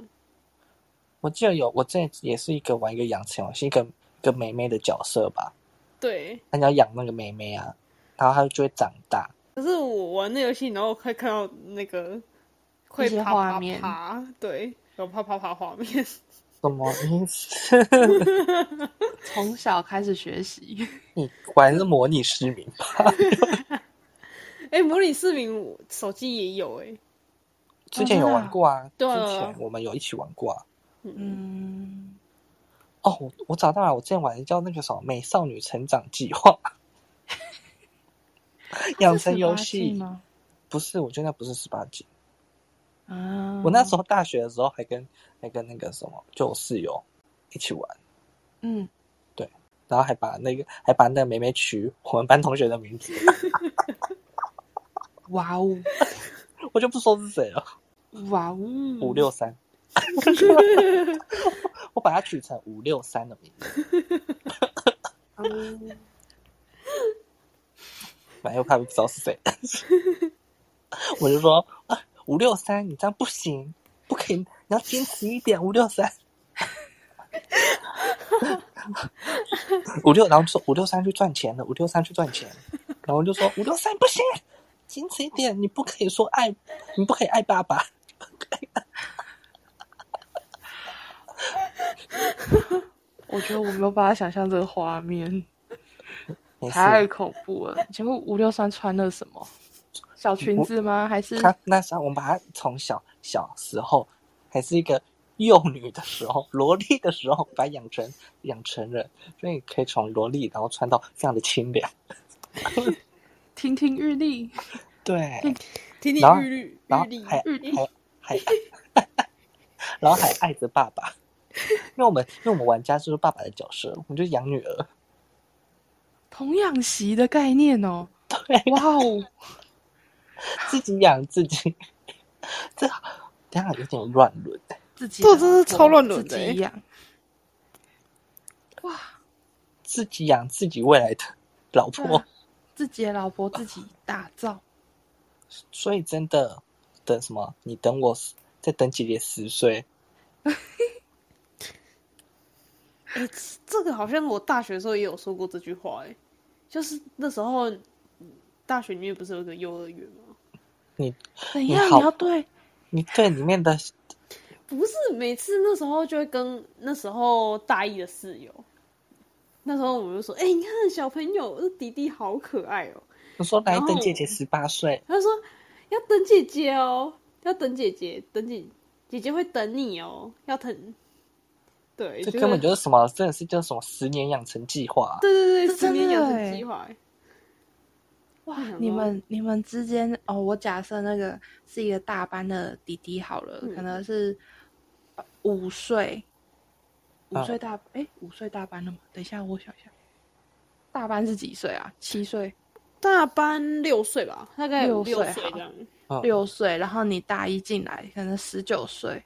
[SPEAKER 1] 我记得有，我之前也是一个玩一个养成游戏，一个一个妹妹的角色吧。
[SPEAKER 3] 对。
[SPEAKER 1] 他要养那个妹妹啊，然后她就会长大。
[SPEAKER 3] 可是我玩那游戏，然后快看到那个会
[SPEAKER 2] 一些
[SPEAKER 3] 啪
[SPEAKER 2] 画
[SPEAKER 3] 啪
[SPEAKER 2] 面
[SPEAKER 3] 啪，对，有啪啪啪画面。
[SPEAKER 1] 什么意思？
[SPEAKER 2] 从小开始学习，
[SPEAKER 1] 你玩是模拟市民
[SPEAKER 3] 哦
[SPEAKER 1] 吧？
[SPEAKER 3] 哎、模拟市民我手机也有哎、
[SPEAKER 1] 之前有玩过啊，
[SPEAKER 3] 真的啊
[SPEAKER 1] 之
[SPEAKER 3] 对啊
[SPEAKER 1] 前我们有一起玩过啊。
[SPEAKER 3] 嗯，
[SPEAKER 2] 嗯，
[SPEAKER 1] 哦，我我找到了，我之前玩的叫那个什么《美少女成长计划》 养成游
[SPEAKER 2] 是18
[SPEAKER 1] 戏
[SPEAKER 2] 禁，吗？
[SPEAKER 1] 不是，我觉得那不是十八禁。
[SPEAKER 2] 啊，
[SPEAKER 1] 我那时候大学的时候还跟还跟那个什么，就我室友一起玩，
[SPEAKER 2] 嗯，
[SPEAKER 1] 然后还把那个还把那个妹妹取我们班同学的名字，
[SPEAKER 2] 哇哦，
[SPEAKER 1] 我就不说是谁了，
[SPEAKER 2] 哇哦，
[SPEAKER 1] 五六三，我把它取成五六三的名字，
[SPEAKER 4] 嗯，
[SPEAKER 1] 反正他们不知道是谁， 我就说啊五六三，你这样不行，不可以，你要坚持一点，五六三。五六，然后就说五六三去赚钱了，五六三去赚钱，然后就说五六三不行，坚持一点，你不可以说爱，你不可以爱爸爸，
[SPEAKER 2] 我觉得我没有办法想象这个画面，
[SPEAKER 1] 没事
[SPEAKER 2] 太恐怖了。请问五六三穿了什么？小裙子吗？还是
[SPEAKER 1] 他那时候我们把他从小小时候还是一个幼女的时候，萝莉的时候，把她养成养成人，所以可以从萝莉然后穿到非常的清凉。
[SPEAKER 2] 亭亭玉立？
[SPEAKER 1] 对，
[SPEAKER 3] 亭亭
[SPEAKER 1] 然后
[SPEAKER 3] 玉立，
[SPEAKER 1] 然
[SPEAKER 3] 玉
[SPEAKER 1] 后
[SPEAKER 3] 立，
[SPEAKER 1] 还
[SPEAKER 3] 玉立
[SPEAKER 1] 还还，然后还爱着爸爸，因为我们因为我们玩家就是爸爸的角色，我们就养女儿。
[SPEAKER 2] 童养媳的概念哦。
[SPEAKER 1] 对，啊
[SPEAKER 2] 哇哦，
[SPEAKER 1] 自己养自己，这等一下有点乱伦。
[SPEAKER 2] 自己
[SPEAKER 3] 这真是超乱伦的
[SPEAKER 2] 自
[SPEAKER 1] 欸
[SPEAKER 2] 己养。哇，
[SPEAKER 1] 自己养自己未来的老
[SPEAKER 2] 对
[SPEAKER 1] 婆，
[SPEAKER 2] 啊自己的老婆自己打造，
[SPEAKER 1] 所以真的等什么？你等我十再等姐姐十岁，
[SPEAKER 3] 哎、这个好像我大学的时候也有说过这句话哎、就是那时候嗯大学里面不是有一个幼儿园吗？
[SPEAKER 1] 你
[SPEAKER 2] 怎
[SPEAKER 1] 你
[SPEAKER 2] 样？
[SPEAKER 1] 好
[SPEAKER 2] 你要对
[SPEAKER 1] 你对里面的
[SPEAKER 3] 不是每次那时候就会跟那时候大一的室友，那时候我们就说，哎、你看小朋友这弟弟好可爱哦、
[SPEAKER 1] 你说来
[SPEAKER 3] 然后
[SPEAKER 1] 等姐姐十八岁，
[SPEAKER 3] 他就说要等姐姐哦，要等姐姐，等姐姐姐会等你哦，要等。对，
[SPEAKER 1] 这根本
[SPEAKER 3] 是
[SPEAKER 1] 就是什么？真的是叫什么十年养成计划啊、
[SPEAKER 3] 对对
[SPEAKER 2] 这
[SPEAKER 3] 对，十
[SPEAKER 2] 真
[SPEAKER 3] 年
[SPEAKER 2] 的
[SPEAKER 3] 养
[SPEAKER 2] 欸
[SPEAKER 3] 成计划欸。
[SPEAKER 2] 哇
[SPEAKER 3] 我想！
[SPEAKER 2] 你
[SPEAKER 3] 说
[SPEAKER 2] 们你们之间哦，我假设那个是一个大班的弟弟好了，
[SPEAKER 3] 嗯
[SPEAKER 2] 可能是呃五岁，五
[SPEAKER 1] 啊
[SPEAKER 2] 岁大哎、五岁大班了吗？等一下，我想一下，大班是几岁啊？七岁、
[SPEAKER 3] 大班六岁吧，大概
[SPEAKER 2] 六
[SPEAKER 3] 五六
[SPEAKER 2] 岁
[SPEAKER 3] 岁
[SPEAKER 2] 好
[SPEAKER 3] 这样。
[SPEAKER 1] 嗯
[SPEAKER 2] 六岁，然后你大一进来，可能十九岁，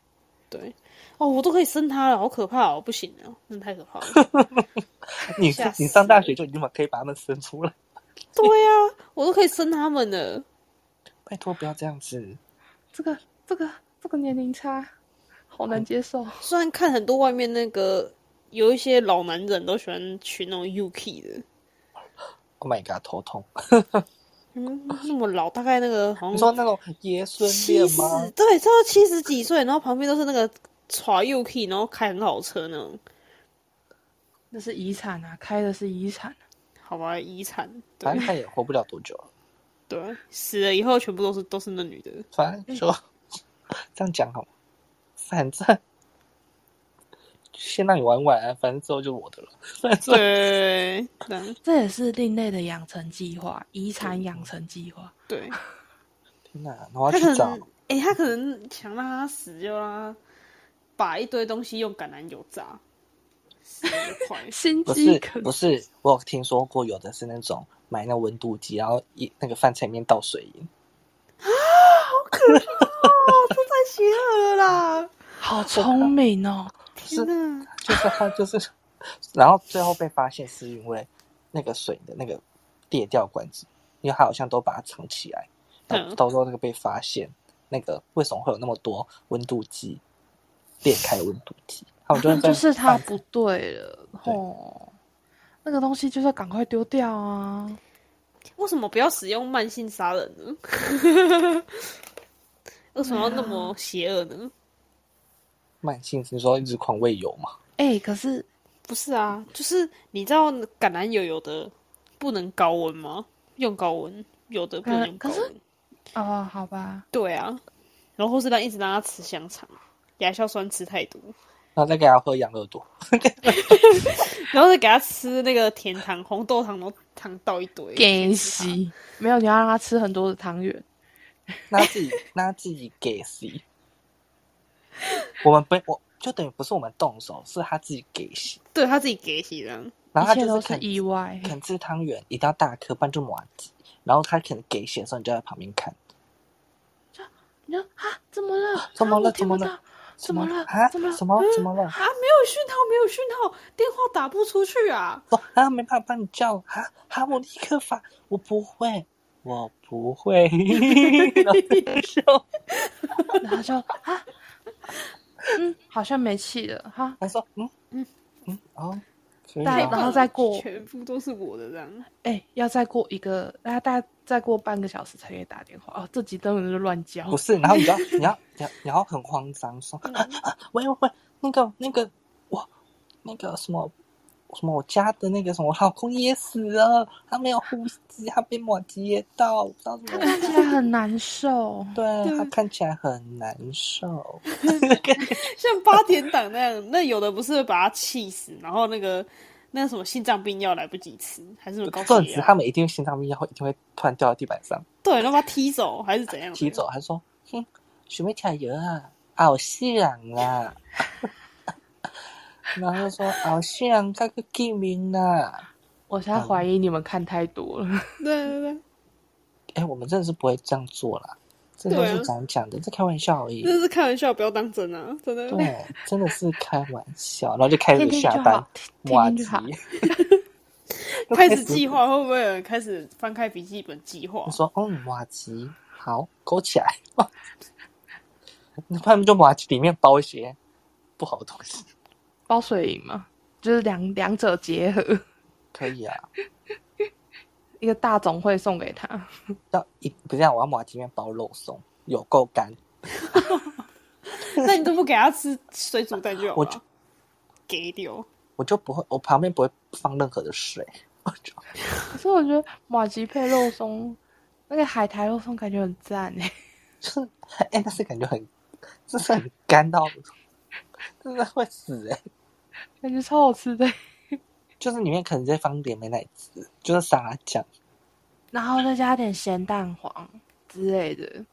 [SPEAKER 3] 对，哦，我都可以生他了，好可怕哦，不行了，真的太可怕 了。
[SPEAKER 1] 你
[SPEAKER 3] 吓死
[SPEAKER 1] 你上大学就已经把可以把他们生出来，
[SPEAKER 3] 对呀、啊，我都可以生他们了。
[SPEAKER 1] 拜托不要这样子。
[SPEAKER 2] 这个这个这个年龄差，好
[SPEAKER 1] 哦
[SPEAKER 2] 难接受。
[SPEAKER 3] 虽然看很多外面那个有一些老男人都喜欢取那种 UK 的，
[SPEAKER 1] Oh my god，头痛！
[SPEAKER 3] 嗯，那么老，大概那个好
[SPEAKER 1] 你
[SPEAKER 3] 像
[SPEAKER 1] 说那种爷孙
[SPEAKER 3] 七
[SPEAKER 1] 恋
[SPEAKER 3] 十
[SPEAKER 1] 吗？，
[SPEAKER 3] 对，差不多七十几岁，然后旁边都是那个耍 UK，然后开很好的车那种，
[SPEAKER 2] 那是遗产啊，开的是遗产，
[SPEAKER 3] 好吧，遗产，对
[SPEAKER 1] 反正他也活不了多久了，
[SPEAKER 3] 对，死了以后全部都是都是那女 的，
[SPEAKER 1] 反正
[SPEAKER 3] 嗯
[SPEAKER 1] 就这样讲好吗？反正先让你玩玩啊，反正之后就是我的了。反正
[SPEAKER 3] 对，对
[SPEAKER 2] 这也是另类的养成计划，遗产养成计划。
[SPEAKER 3] 对。
[SPEAKER 1] 天哪，我要
[SPEAKER 3] 他
[SPEAKER 1] 去
[SPEAKER 3] 可
[SPEAKER 1] 找
[SPEAKER 3] 能，哎、他可能想让他死，就让他把一堆东西用橄榄油炸，死得快。
[SPEAKER 2] 心
[SPEAKER 1] 不
[SPEAKER 2] 机
[SPEAKER 1] 是
[SPEAKER 2] 可
[SPEAKER 1] 不是，我有听说过有的是那种买那温度计，然后一那个饭菜里面倒水银，
[SPEAKER 3] 太邪恶了啦！
[SPEAKER 2] 好聪明哦！
[SPEAKER 3] 天哪，
[SPEAKER 1] 就是它就是，然后最后被发现是因为那个水的那个裂掉管子，因为它好像都把它藏起来，到
[SPEAKER 3] 嗯
[SPEAKER 1] 到时候那个被发现，那个为什么会有那么多温度计裂开温度计？他们就会 在
[SPEAKER 2] 啊就是它
[SPEAKER 1] 饭
[SPEAKER 2] 不对了
[SPEAKER 1] 对
[SPEAKER 2] 哦，那个东西就是要赶快丢掉啊！
[SPEAKER 3] 为什么不要使用慢性杀人呢？ 为什么要那么邪恶呢？
[SPEAKER 1] 慢性你说一直狂喂油嘛？
[SPEAKER 2] 哎、可是
[SPEAKER 3] 不是啊，就是你知道橄榄油有的不能高温吗？用高温，有的不能用高
[SPEAKER 2] 可是
[SPEAKER 3] 温。
[SPEAKER 2] 哦，好吧，
[SPEAKER 3] 对啊，然后或是让一直让他吃香肠，亚硝酸吃太多，
[SPEAKER 1] 然后再给他喝养乐多，
[SPEAKER 3] 然后再给他吃那个甜糖、红豆糖，然后糖倒一堆。
[SPEAKER 2] 给洗没有，你要让他吃很多的汤圆。
[SPEAKER 1] 那他自己那他自己给 C。我们不，我就等于不是我们动手，是他自己给洗，
[SPEAKER 3] 对他自己给洗这样。啊
[SPEAKER 1] 然后
[SPEAKER 2] 一
[SPEAKER 1] 他
[SPEAKER 2] 切
[SPEAKER 1] 就
[SPEAKER 2] 都
[SPEAKER 1] 肯
[SPEAKER 2] 意外。
[SPEAKER 1] 肯吃汤圆，一定要大颗，不然就麻子。然后他可能给血的时候，你就在旁边看，
[SPEAKER 2] 你说啊， 怎么了？
[SPEAKER 1] 怎么
[SPEAKER 2] 啊
[SPEAKER 1] 了
[SPEAKER 2] 我听不
[SPEAKER 1] 怎么
[SPEAKER 2] 到怎么了
[SPEAKER 1] 啊？
[SPEAKER 2] 怎么了
[SPEAKER 1] 什么怎么了？
[SPEAKER 3] 啊，没有讯号，没有讯号，电话打不出去啊！
[SPEAKER 1] 说啊，没办法帮你叫啊啊！我立刻发，我不会，我不会。 然后就笑
[SPEAKER 2] 然后就啊， 嗯，好像没气了哈。
[SPEAKER 1] 他说嗯嗯嗯哦，可以
[SPEAKER 2] 大
[SPEAKER 3] 太
[SPEAKER 1] 啊
[SPEAKER 3] 棒
[SPEAKER 2] 然后
[SPEAKER 3] 了
[SPEAKER 2] 再过
[SPEAKER 3] 全部都是我的这样。
[SPEAKER 2] 哎、要再过一个，那大概再过半个小时才可以打电话哦。这集根本就乱教
[SPEAKER 1] 不。是，然后你就要你要你要你要很慌张说啊啊，喂喂喂，那个那个我那个什么。什么？我家的那个什么，我老公也死了，他没有呼吸，他被马噎到，我不知道怎么办。
[SPEAKER 2] 看起来很难受。
[SPEAKER 1] 对他看起来很难受。
[SPEAKER 3] 像八点档那样，那有的不是会把他气死，然后那个那什么心脏病药来不及吃，还是什么高
[SPEAKER 1] 粽
[SPEAKER 3] 血
[SPEAKER 1] 子
[SPEAKER 3] 压，
[SPEAKER 1] 他们一定心脏病要一定会突然掉到地板上，
[SPEAKER 3] 对，然后把他踢走还是怎样？
[SPEAKER 1] 踢走，还说：“哼，什么加油啊，好像啦。” 然后就说：“好像那个地名啦。
[SPEAKER 2] 我现在怀疑你们看太多 了。
[SPEAKER 3] 对对对，”
[SPEAKER 1] 哎，我们真的是不会这样做啦，这
[SPEAKER 3] 对
[SPEAKER 1] 都
[SPEAKER 3] 啊
[SPEAKER 1] 是讲讲的，这开玩笑而已。
[SPEAKER 2] 嗯
[SPEAKER 3] 这是开玩笑，不要当真啊！真的，
[SPEAKER 1] 对，真的是开玩笑，然后就开始
[SPEAKER 2] 天天就
[SPEAKER 1] 下单
[SPEAKER 2] 好，天天就好
[SPEAKER 1] 哇急
[SPEAKER 3] 开始计划会不会有人开始翻开笔记本计划
[SPEAKER 1] 我？说嗯，马吉好勾起来， 他们就马吉里面包一些不好的东西，
[SPEAKER 2] 包水银嘛，就是两两者结合，
[SPEAKER 1] 可以啊。
[SPEAKER 2] 一个大总会送给他。
[SPEAKER 1] 要一不是这啊样，我要马吉里面包肉松，有够干。
[SPEAKER 3] 那你都不给他吃水煮蛋就好
[SPEAKER 1] 我就
[SPEAKER 3] 了，给丢。
[SPEAKER 1] 我就不会，我旁边不会放任何的水，我就
[SPEAKER 2] 可是我觉得马吉配肉松，那个海苔肉松感觉很赞哎。
[SPEAKER 1] 就是哎、但是感觉很，就是很干到，真的会死哎、
[SPEAKER 2] 感觉超好吃的，
[SPEAKER 1] 就是里面可能再放一点美乃滋，就是沙酱。
[SPEAKER 2] 然后再加点咸蛋黄之类的。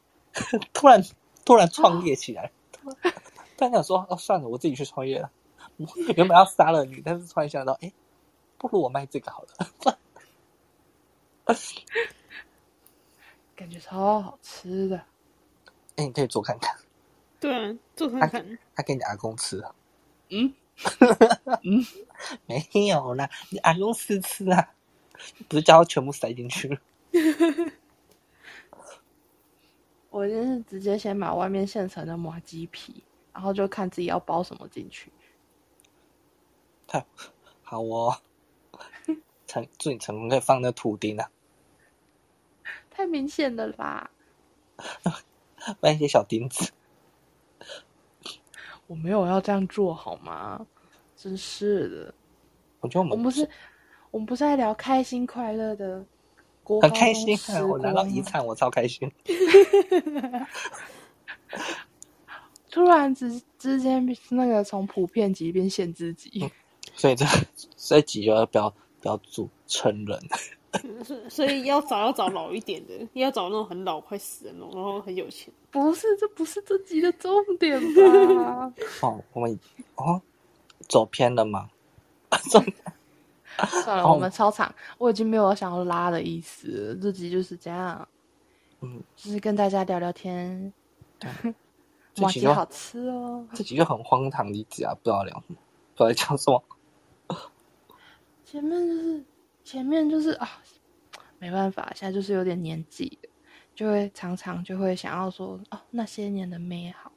[SPEAKER 1] 突然突然创业起来，突然想说哦算了，我自己去创业了。 我原本要杀了你，但是突然想到，哎、不如我卖这个好了。
[SPEAKER 2] 感觉超好吃的。
[SPEAKER 1] 哎、你可以做看看，
[SPEAKER 3] 对啊，做看看。
[SPEAKER 1] 他给你阿公吃啊。
[SPEAKER 2] 嗯，
[SPEAKER 1] 没有啦，你阿公试吃啊，不是叫他全部塞进去。
[SPEAKER 2] 我就是直接先买外面现成的麻鸡皮，然后就看自己要包什么进去。
[SPEAKER 1] 太 好哦，成祝你成功，可以放那图钉啊，
[SPEAKER 2] 太明显了啦！
[SPEAKER 1] 放一些小钉子。
[SPEAKER 2] 我没有要这样做好吗？真是的，
[SPEAKER 1] 我觉得
[SPEAKER 2] 我
[SPEAKER 1] 我
[SPEAKER 2] 们
[SPEAKER 1] 们
[SPEAKER 2] 不是，我们不是在聊开心快乐的国
[SPEAKER 1] 很
[SPEAKER 2] 高
[SPEAKER 1] 开
[SPEAKER 2] 中
[SPEAKER 1] 心
[SPEAKER 2] 时
[SPEAKER 1] 啊，
[SPEAKER 2] 光
[SPEAKER 1] 我拿到
[SPEAKER 2] 吗
[SPEAKER 1] 遗产，我超开心。
[SPEAKER 2] 突然之之间那个从普遍级变限制
[SPEAKER 1] 嗯
[SPEAKER 2] 级，
[SPEAKER 1] 所以这这集就要不要不要做成人。
[SPEAKER 3] 所所以要找要找老一点的，要找那种很老快死的那种，然后很有钱。
[SPEAKER 2] 不是，这不是这集的重点 吧？
[SPEAKER 1] 哦，我们哦走偏了吗？走
[SPEAKER 2] 算了，
[SPEAKER 1] 哦
[SPEAKER 2] 我们超长，我已经没有想要拉的意思了，这集就是这样，
[SPEAKER 1] 嗯，
[SPEAKER 2] 就是跟大家聊聊天，
[SPEAKER 1] 这
[SPEAKER 2] 麻
[SPEAKER 1] 集
[SPEAKER 2] 吉
[SPEAKER 1] 就
[SPEAKER 2] 好吃哦。
[SPEAKER 1] 这集就很荒唐离集啊，不知道聊什么，不知道在讲什么。
[SPEAKER 2] 前面就是前面就是啊，没办法，现在就是有点年纪了，就会常常就会想要说哦，那些年的美好，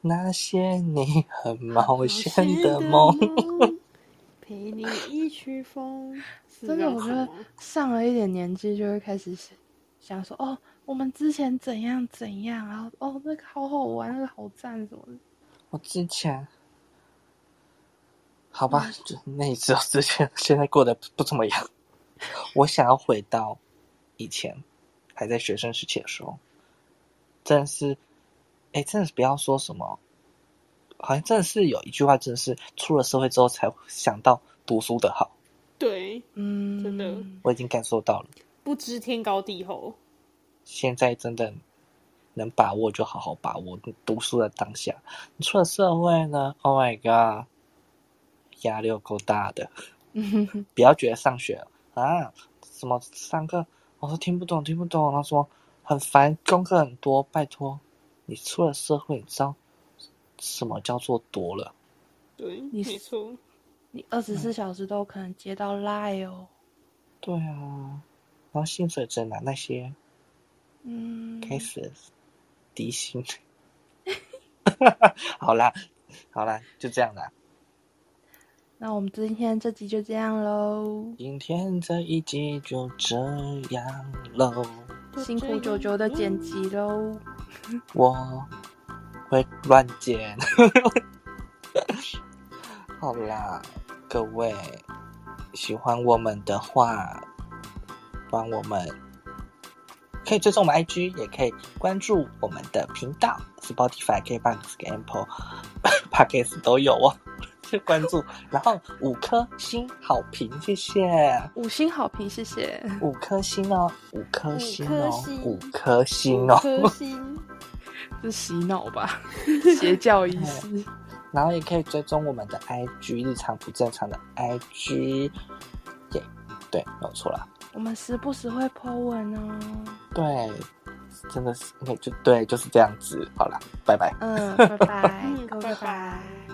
[SPEAKER 1] 那些你很冒险的
[SPEAKER 3] 冒
[SPEAKER 1] 梦，
[SPEAKER 3] 险的梦，陪你一曲风。是
[SPEAKER 2] 真
[SPEAKER 3] 这
[SPEAKER 2] 的，
[SPEAKER 3] 样
[SPEAKER 2] 我
[SPEAKER 3] 子
[SPEAKER 2] 觉得
[SPEAKER 3] 吗
[SPEAKER 2] 上了一点年纪就会开始想想说，哦，我们之前怎样怎样，然后哦那个好好玩，那个好赞什么的。
[SPEAKER 1] 我之前，好吧，就那一次我之前，现在过得不怎么样。我想要回到以前，还在学生时期的时候，真的是，哎，真的是不要说什么，好像真的是有一句话，真的是出了社会之后才想到读书的好，
[SPEAKER 3] 对，
[SPEAKER 2] 嗯，
[SPEAKER 3] 真的
[SPEAKER 1] 我已经感受到了。
[SPEAKER 3] 不知天高地厚。
[SPEAKER 1] 现在真的能把握就好好把握读书的当下。你出了社会呢，Oh my god，压力又够大 的。不要觉得上学啊，什么上课我说听不懂听不懂，然后说很烦，功课很多，拜托，你出了社会，你知道什么叫做多了？
[SPEAKER 3] 对，
[SPEAKER 2] 你
[SPEAKER 3] 没错，
[SPEAKER 2] 你二十
[SPEAKER 1] 嗯
[SPEAKER 2] 四小时都有可能接到 lie 哦。
[SPEAKER 1] 对啊，然后薪水只拿那些
[SPEAKER 2] 嗯，
[SPEAKER 1] 开始低薪。 好啦，好啦，就这样啦。
[SPEAKER 2] 那我们今天这集就这样喽，
[SPEAKER 1] 今天这一集就这样喽，
[SPEAKER 2] 辛苦九九的剪辑喽。
[SPEAKER 1] 我会乱剪。 好啦，各位喜欢我们的话，帮我们可以追踪我们 IG，也可以关注我们的频道，Spotify、KBox 跟 Apple Podcast 都有哦。去关注，然后五颗星好评，谢谢。
[SPEAKER 2] 五星好评，谢谢。
[SPEAKER 1] 五颗星哦，五颗星哦，
[SPEAKER 3] 五
[SPEAKER 1] 五
[SPEAKER 3] 颗
[SPEAKER 1] 颗星哦。
[SPEAKER 3] 五颗星，
[SPEAKER 2] 是洗脑 吧？邪教仪式。
[SPEAKER 3] 哦
[SPEAKER 1] 然后也可以追踪我们的 IG，日常不正常的 IG，耶、对，没有错啦。
[SPEAKER 2] 我们时不时会 po 文 哦。
[SPEAKER 1] 对，真的是，就对，就是这样子。好啦，拜拜。
[SPEAKER 2] 嗯，拜拜
[SPEAKER 3] 嗯，
[SPEAKER 2] 各位
[SPEAKER 3] 拜
[SPEAKER 2] 拜
[SPEAKER 3] 拜。